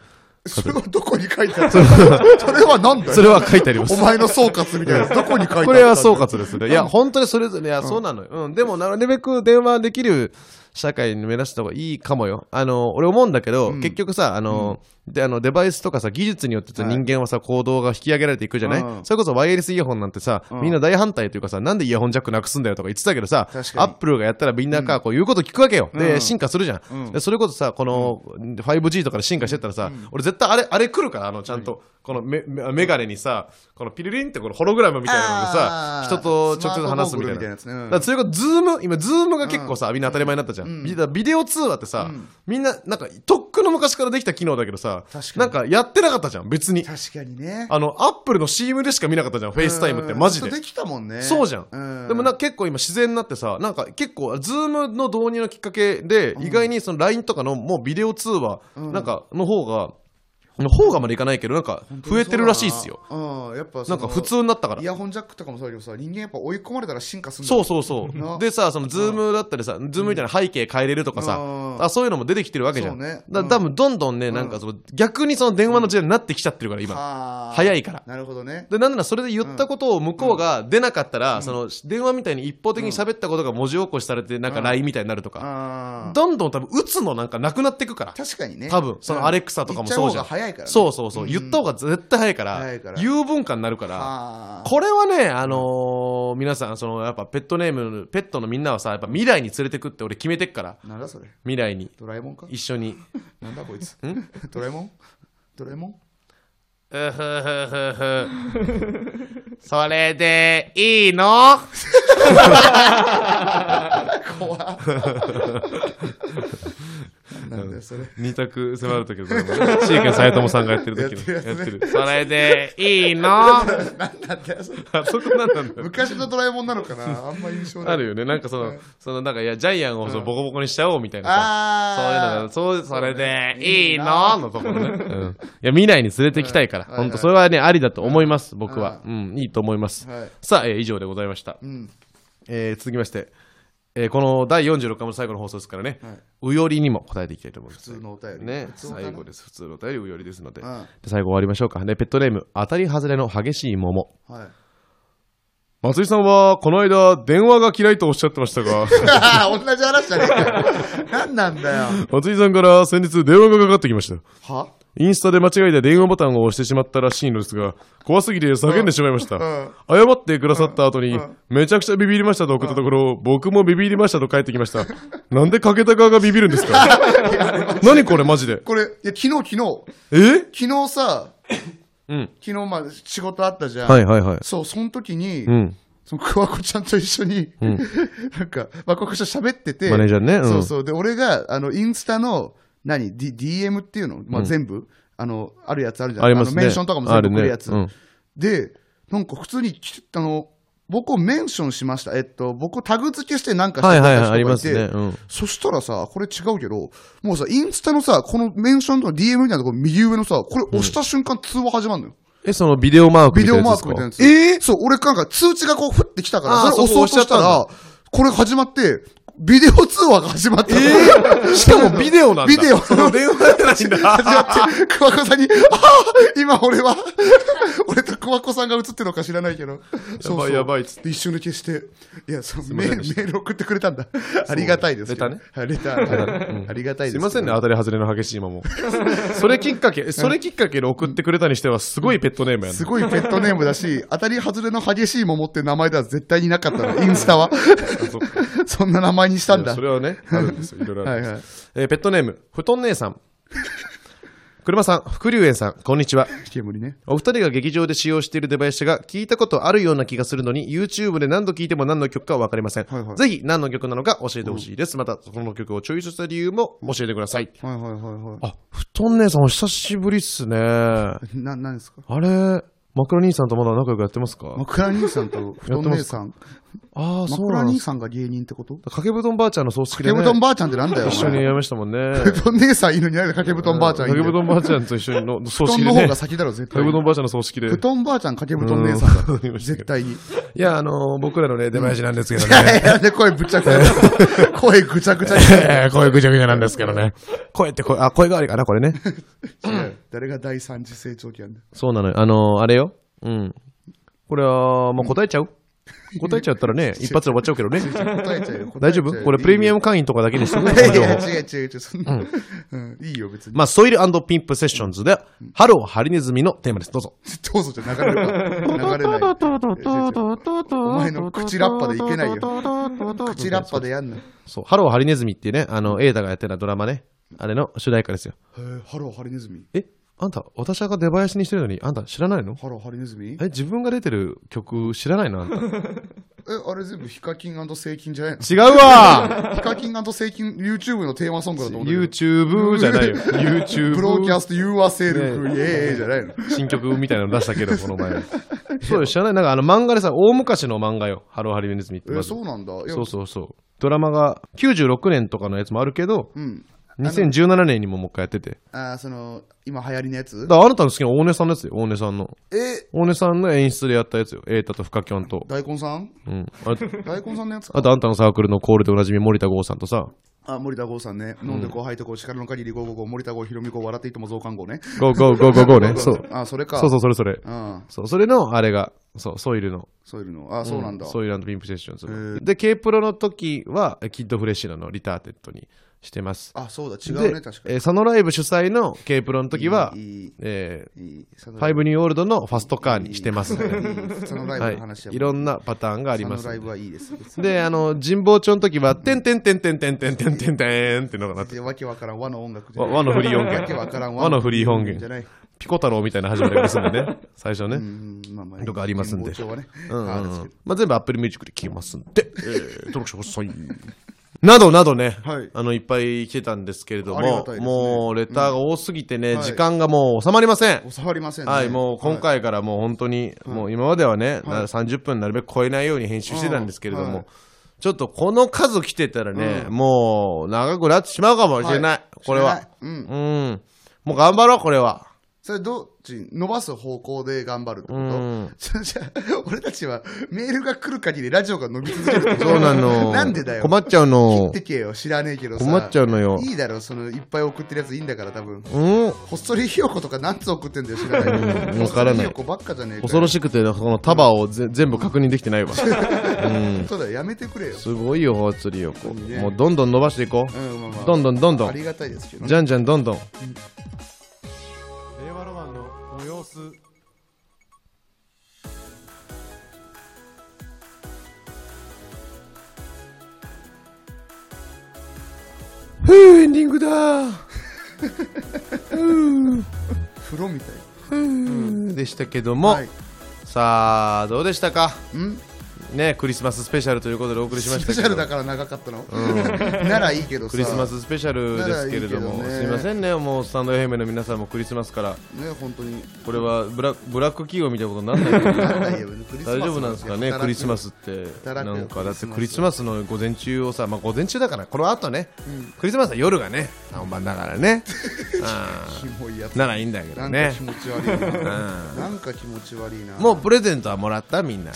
S2: それはどこに書いてあるそれは何だよ。
S1: それは書いてあります
S2: お。前の総括みたいなやつどこに書いてある
S1: これは総括ですね。いや、本当にそれぞれ、いや、そうなのよ。うん。でも、なるべく電話できる社会に目指した方がいいかもよ。あの、俺思うんだけど、結局さ、あの、で、あの、デバイスとかさ、技術によってさ、人間はさ、行動が引き上げられていくじゃない、
S2: うん
S1: それこそワイヤレスイヤホンなんてさ、みんな大反対というかさ、なんでイヤホンジャックなくすんだよとか言ってたけどさ、ア
S2: 確かに
S1: ップルがやったらみんなか、こう、言うこと聞くわけよ。で、進化するじゃん。でそれこそさ、この、5G とかで進化してったらさ、俺絶対あれ、あれ来るから、あの、ちゃんと、このメ、メメガネにさ、このピルリンってこのホログラムみたいなのでさ
S2: あ、ー
S1: 人と直接話すみたいな。
S2: スマートゴーグルみたいなやつねうん
S1: だからそれこそズーム、今ズームが結構さ、みんな当たり前になったじゃん。ビだからビデオ通話ってさ、みんな、なんか、とっくの昔からできた機能だけどさ
S2: 確、かに
S1: なんかやってなかったじゃん、別に。
S2: 確かにね。
S1: あの、アップルの CM でしか見なかったじゃん、フェイスタイムって、
S2: うん
S1: マジで
S2: ずっ。とできたもんね。
S1: そうじゃん。でもなん
S2: か、
S1: か結構今自然になってさ、なんか結構、ズームの導入のきっかけで、意外にその LINE とかのもうビデオ通話、なんかの方が、の方がまでいかないけど、なんか増えてるらしいっすよ。
S2: よ。うん、やっぱそ
S1: なん
S2: の
S1: か普通になったから
S2: イ。ヤホンジャックとかもそうだけどさ、人間やっぱ追い込まれたら進化するんだ
S1: そう
S2: よ
S1: そうそ
S2: な
S1: う。でさ、そのズームだったりさ、ズームみたいな背景変えれるとか
S2: う
S1: さ、
S2: ん
S1: あそういうのも出てきてるわけじゃん。
S2: そうね
S1: だ多分どんどんね、なんかその逆にその電話の時代になってきちゃってるから、今。
S2: はあ
S1: 早いから
S2: なるほどね。
S1: でなんならそれで言ったことを向こうが出なかったら、その電話みたいに一方的に喋ったことが文字起こしされて、なんか LINE みたいになるとか。
S2: あー
S1: どんどん多分打つのなんかなくなっていくから。
S2: 確かにね。
S1: 多分、そのアレクサとかもそうじゃん。
S2: 言っちゃう方が早いからね
S1: そうそうそう。言った方が絶対早いから、
S2: 早いから
S1: 言う文化になるから。
S2: あー
S1: これはね、あのー皆さん、その、やっぱペットネーム、ペットのみんなはさ、やっぱ未来に連れてくって俺決めてっから、
S2: なんだそれ。
S1: 未来に。
S2: ドラえもんか
S1: 一緒に。
S2: なんだこいつ。ドラえもんドラえもん
S1: うふふふふ。それでいいの
S2: 怖っなんだよそれ。
S1: 二択迫るときでございます。シーケン斎藤さんがやってる時の
S2: やって
S1: や
S2: るやつ
S1: っ
S2: ね
S1: てる。それでいいの あ
S2: なんだって、それ
S1: そこなんなんだよ。
S2: 昔のドラえもんなのかなあんま印象ない。
S1: あるよね。なんかその、そのなんか、いや、ジャイアンをそのボコボコにしちゃおうみたいなさ。そういうの
S2: あ
S1: が、
S2: ー。
S1: そう、それでいい
S2: い
S1: の
S2: い
S1: のところね。うん。いや、未来に連れてきたいから。
S2: はい
S1: 本当それはね、ありだと思います。僕は。
S2: う
S1: うん、いいと思います
S2: はい。
S1: さあ、えー以上でございました。
S2: うん。
S1: えー続きまして、えーこの第46回の最後の放送ですからね、うよりにも答えていきたいと思います。
S2: 普通のお便り。
S1: ね
S2: 普、通のお便り
S1: 最後です。普通のお便りうよりですので。
S2: うん
S1: で最後終わりましょうか。ね、ペットネーム、当たり外れの激しい桃。
S2: はい。
S1: 松井さんは、この間、電話が嫌いとおっしゃってました が、
S2: ああ、同じ話じゃねえかよ。何なんだよ。
S1: 松井さんから先日電話がかかってきました。
S2: は
S1: インスタで間違えて電話ボタンを押してしまったらしいのですが、怖すぎて叫んでしまいました。
S2: ん
S1: 謝ってくださった後に、めちゃくちゃビビりましたと送ったところ、僕もビビりましたと返ってきま した。なんでかけた側がビビるんですか何これマジで。
S2: これ、いや、昨日、昨日、
S1: え
S2: 昨日さ、
S1: うん
S2: 昨日まあ仕事あったじゃん。
S1: はいはいはい。
S2: そう、その時に、
S1: うん。
S2: そのクワコちゃんと一緒に、 なんか、まあ、クワコちゃん喋ってて、
S1: マネージャーねうん
S2: そうそう。で、俺が、あの、インスタの、何、D、DM っていうのまあ、全部、あの、あるやつあるじゃん。
S1: ありますね
S2: のメンションとかも全部来るやつ。
S1: あるね
S2: で、なんか普通にき、あの、僕をメンションしました。えっと、僕をタグ付けしてなんかして
S1: はい
S2: た人
S1: はいはい、あ
S2: がいて、
S1: りますね。うん。
S2: そしたらさ、これ違うけど、もうさ、インスタのさ、このメンションとの DM みたいなところ右上のさ、これ押した瞬間通話始まるのよ。
S1: え、そのビデオマーク
S2: ビ
S1: み
S2: デ
S1: たい
S2: オ
S1: な
S2: マ
S1: や
S2: ー
S1: つ
S2: クみたいなや
S1: です
S2: つ。
S1: か
S2: えそう、俺なんか通知がこう、ふってきたから、
S1: あー
S2: それ押そうとした
S1: そ
S2: ら、これ始まって、ビデオ通話が始まったの。
S1: えーしかもビデオ なんだ。
S2: ビデオ
S1: その電話じゃないんだ。
S2: 始まって、桑子さんに、ああ今俺は、 俺と桑子さんが映ってるのか知らないけど。そうそう
S1: やばいっつっ
S2: で一瞬で消して、いや、その
S1: ま
S2: メ
S1: せん
S2: ール
S1: で
S2: メ
S1: し
S2: ール送ってくれたんだ。ありがたいですけど。
S1: レ
S2: はいレター。 ありがた
S1: い
S2: いですすけど。
S1: ませんね、当たり外れの激しい今 も。それきっかけ、それきっかけで送ってくれたにしては、すごいペットネームやね
S2: す。ごいペットネームだし、当たり外れの激しい桃って名前では絶対になかった の、インスタは。
S1: そっか
S2: そんな名前にしたん
S1: いや
S2: だ
S1: そ。れはね、あるんですよ。いろいろあるんです。
S2: は
S1: え
S2: いはい
S1: ーペットネーム、布団姉さん。車さん、福竜園さん、こんにちは。
S2: 煙ね。
S1: お二人が劇場で使用している出囃子が聞いたことあるような気がするのに YouTube で何度聞いても何の曲かわかりません、
S2: はいはい
S1: ぜひ何の曲なのか教えてほしいです、またその曲をチョイスした理由も教えてください、
S2: はいはいはいは
S1: あ布団姉さんお久しぶりっすねあ
S2: い。な、何ですか
S1: れ枕兄さんとまだ仲良くやってますか
S2: 枕兄さんと布団姉さん。
S1: ああそう
S2: 枕
S1: なんで
S2: 兄
S1: す
S2: さんが芸人ってこと
S1: かけぶどんばあちゃんの葬式で、
S2: 掛
S1: ね、
S2: け布団ばあちゃんってなんだよ。
S1: 一緒
S2: お
S1: に
S2: 前
S1: やりましたもんね
S2: 布団姉さんいるのになんで掛け布団ばあちゃんい
S1: か
S2: る
S1: けぶ
S2: の
S1: どんばあちゃんと一緒にの葬
S2: 布
S1: 式
S2: 団
S1: で
S2: の方
S1: ね
S2: が
S1: か
S2: 先だろ、絶
S1: け
S2: 対
S1: ぶ
S2: に
S1: ど。んばあちゃんの葬式で
S2: 布団ばあちゃん、掛け布団 姉さんだ。絶対に。い
S1: いやあのー僕らのね出囃子なんですけどね
S2: やいや、で、声ぶち ゃくちゃ。声ぐちゃぐちゃに。
S1: えー声ぐちゃぐちゃなんですけどね。声って声、あ、声変わりかな、これね。
S2: 違う誰が第三次成長期なんだよ
S1: そうなのよ。あのーあれよ。うん。これは、もう答えちゃう答えちゃったら ね、一発で終わっちゃうけどね。
S2: 答えちゃうよ。
S1: 大丈夫これプレミア
S2: ム。
S1: ム会員とかだけにして
S2: いやい
S1: ね。
S2: や、違う違う違う。そんなうんいいよ、別に。
S1: まあ、ソイルピンプセッションズで、ハローハリネズミのテーマです。どうぞ。
S2: どうぞじゃ流れるか。流れない。お前の口ラッパでいけないよ。口ラッパでやんな。
S1: そう、ハローハリネズミっていうね、あの、エーダがやってたドラマね。あれの主題歌ですよ。
S2: へーハローハリネズミ。
S1: え、あんた、私が出囃子にしてるのに、あんた知らないの
S2: ハローハリネズミえ
S1: え、、自分が出てる曲知らないのあんた。
S2: あれ全部ヒカキンセイキンじゃないの
S1: 違うわ
S2: ヒカキンセイキン YouTube のテーマソングだと思うんだけど。
S1: !YouTube じゃないよ。YouTube。
S2: ブローキャスト You are self, yeah じゃないの。
S1: 新曲みたいなの出したけど、この前。そうよ、知らないなんかあの漫画でさ、大昔の漫画よ。ハローハリネズミって
S2: え
S1: まず。
S2: そうなんだ。いや
S1: そうそうそう。ドラマが96年とかのやつもあるけど、
S2: うん。
S1: 2017年にももう一回やってて。
S2: あーその、今流行りのやつ
S1: だからあなたの好きな大根さんのやつよ、大根さんの。
S2: え、
S1: 大根さんの演出でやったやつよ。エータとフカキョンと。
S2: 大根さん
S1: うん。あと、
S2: 大根さんのやつか
S1: あとあんたのサークルのコールでおなじみ森田剛さんと さ、
S2: あ、森田剛さんね。飲んで後輩とこう、力の限り555、森田剛、ひろみ剛、笑っていいとも増刊号ね。
S1: ゴーゴーゴーゴーゴーね。そう。
S2: あ、それか。
S1: そうそう、それそれ。
S2: うん。
S1: そう、それのあれが、そう、ソイルの
S2: そういうの。あ、そうなんだ。
S1: ソイルピンプセッションズ
S2: へ
S1: の。で、K プロの時は、キッドフレッシュなのリターテッドにしてます。
S2: あ、そうだ。違
S1: で
S2: うね、確か
S1: えー、サノライブ主催の K プロの時は
S2: に。、いい、
S1: え
S2: いい、サ
S1: ー、
S2: ノ
S1: ファイブニューオールドのファストカーにしてます ね。
S2: そのライブ
S1: は
S2: の話
S1: い。
S2: はい
S1: ろんなパターンがありま
S2: そのラ
S1: す
S2: イ。ブはいいです。別に
S1: で、あの、神保町の時は、てんてんてんてんてんてんてんてんてんってのがなって、
S2: で、わけわからん和の音楽で。
S1: わ和のフリー音源
S2: わけわからん
S1: 和のフリー音源
S2: じゃない。
S1: ピコ太郎みたいな始まりますんで ね、最初ね。
S2: うん、まあまあ。
S1: とかありますんで
S2: 人望帳はね。
S1: うんうん
S2: あるんですけど
S1: まあ、全部 Apple Music で聴けますんで、えー、登録してください。などなどね、
S2: はい
S1: あの、いっぱい来てたんですけれど
S2: ありが
S1: も、
S2: たいですね
S1: もう、レターが多すぎてね、
S2: はい
S1: 時間がもう収まりません。
S2: 収まりませんね。
S1: はい、もう今
S2: はい、
S1: 回からもう本当に、もう今まではね、な30分なるべく超えないように編集してたんですけれども、
S2: うんはい
S1: ちょっとこの数来てたらね、
S2: う
S1: もう長くなってしまうかもしれない、これ
S2: 知
S1: は
S2: ら。ない。うん。
S1: うん。もう頑張ろう、これは。
S2: それどっち伸ばす方向で頑張るってこ
S1: うん
S2: とじゃあ、俺たちはメールが来る限りラジオが伸び続けるってこと
S1: そうなの。
S2: なんでだよ。
S1: 困っちゃう
S2: 切
S1: の
S2: っ。てけよ。知らねえけどさ。
S1: 困っちゃうのよ。
S2: いいだろ、そのいっぱい送ってるやついいんだから多分。
S1: うん。
S2: ほっそりひよことか何つ送ってんだよ、知らない。
S1: うんわからない
S2: ほっそりひよこばっかじゃねえかよ。
S1: 恐ろしくて、この束をぜ全部確認できてないわ。
S2: そうだよ、やめてくれよ。
S1: すごいよ、ほつりよ、こう。
S2: いいね
S1: もうどんどん伸ばしていこ
S2: うん、まあま
S1: う。
S2: あ。
S1: どんどんどんど
S2: あ
S1: ん。
S2: りがたいですけどね。
S1: じゃんじゃんどんどん。
S3: 令和ロマンの様子
S1: ふぅ、エンディングだー。
S2: 風呂みたい。
S1: でしたけども、
S2: はい
S1: さあどうでしたか
S2: ん
S1: ねクリスマススペシャルということでお送りしました
S2: スペシ
S1: け
S2: ャ
S1: ど
S2: ルだから長かったの、 ならいいけどさ
S1: クリスマススペシャルですけれども
S2: ならいい
S1: す
S2: けどね
S1: いませんねもうスタンド FM の皆さんもクリスマスから
S2: ね本当に
S1: これはブラブラック企業みたいなことになんないけど
S2: ならいいよクリスマス
S1: 大丈夫なんですかねクリスマ
S2: ス
S1: スってな
S2: 働くよ
S1: んかだってク
S2: ク
S1: リ
S2: リ
S1: ス
S2: ス
S1: マ
S2: マ
S1: スの午前中をさまあ午前中だからこの後ね、クリスマスは夜がね本番だから ねあ
S2: キモいやつ
S1: ーならいいんだけ
S2: な
S1: ど
S2: んか
S1: ね
S2: 気持ち悪いななんか気持ち悪いな
S1: もうプレゼントはもらったみんな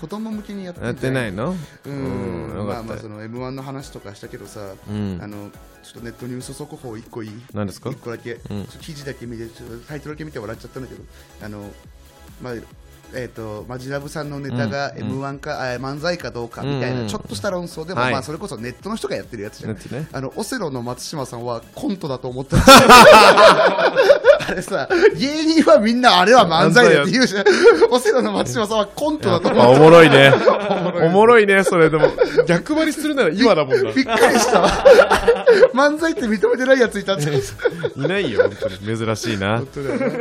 S2: 子供向けにやってんじ
S1: や
S2: ゃ
S1: ってないの
S2: うん
S1: うんよ
S2: ま
S1: か
S2: あ
S1: っ
S2: ま
S1: た
S2: あ
S1: よ
S2: その M1 の話とかしたけどさ、
S1: ん
S2: あのちょっとネットニュース速報一個いい
S1: 何ですか
S2: 一個だけ、ちょ記事だけ見てちょっとタイトルだけ見て笑っちゃったんだけどあのまあえー、とマジラブさんのネタが m 1か、あ漫才かどうかみたいな、
S1: うん
S2: ちょっとした論争でも、
S1: はい
S2: まあ、それこそネットの人がやってるやつじゃん、
S1: ネットね
S2: あのオセロの松島さんはコントだと思ってた あれさ芸人はみんなあれは漫才だよって言うじゃんオセロの松島さんはコントだと思ってた
S1: あおもろいね。 おもろいね、それでも。逆張りするなら今だも んな。
S2: びっくりした。漫才って認めてないやついたって。
S1: いないよ、本当に。珍しいな。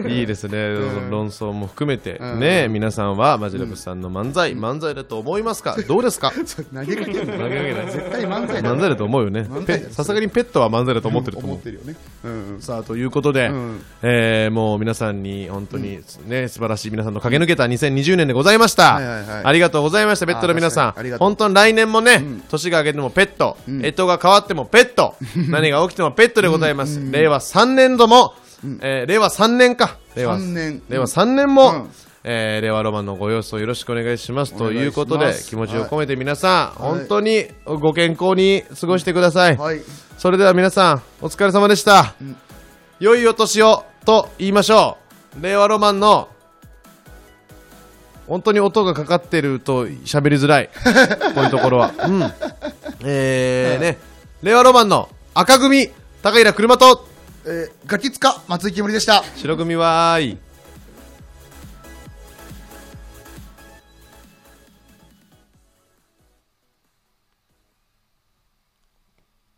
S1: いいですね、
S2: うん
S1: 論争も含めて。
S2: うん
S1: ね皆さんはマジラブさんの漫才、漫才だと思いますかどうです か
S2: それ投げかけるの
S1: 投げかけない
S2: 絶対漫才だ。
S1: 漫才だと思うよね
S2: 漫。才
S1: ペ
S2: だ
S1: さすがにペットは漫才だと思ってると
S2: 思
S1: 思
S2: っ
S1: う。
S2: てるよね。うんうん。
S1: さあということで、
S2: ん
S1: えーもう皆さんに本当に、ね素晴らしい皆さんの駆け抜けた2020年でございました、
S2: はいはいはい
S1: ありがとうございましたペットの皆さ
S2: あ確かにあり
S1: ん
S2: がとう
S1: 本当に来年もね、年が明けてもペット、干支が変わってもペット何が起きてもペットでございます、令和3年度も、えー令和3年か令和
S2: 三年
S1: 令和3年も、
S2: うん
S1: えー令和ロマンのご様子をよろしくお願いしますと
S2: 願いします
S1: いうことで気持ちを込めて皆さん、
S2: はい
S1: 本当にご健康に過ごしてください、
S2: はい。
S1: それでは皆さん、お疲れ様でした。良いお年をと言いましょう。令和ロマンの、本当に音がかかってると喋りづらい。こういうところは。うん。えーね、令和ロマンの赤組、高平車と、
S2: えーガキツカ松井きむりでした。
S1: 白組はーい。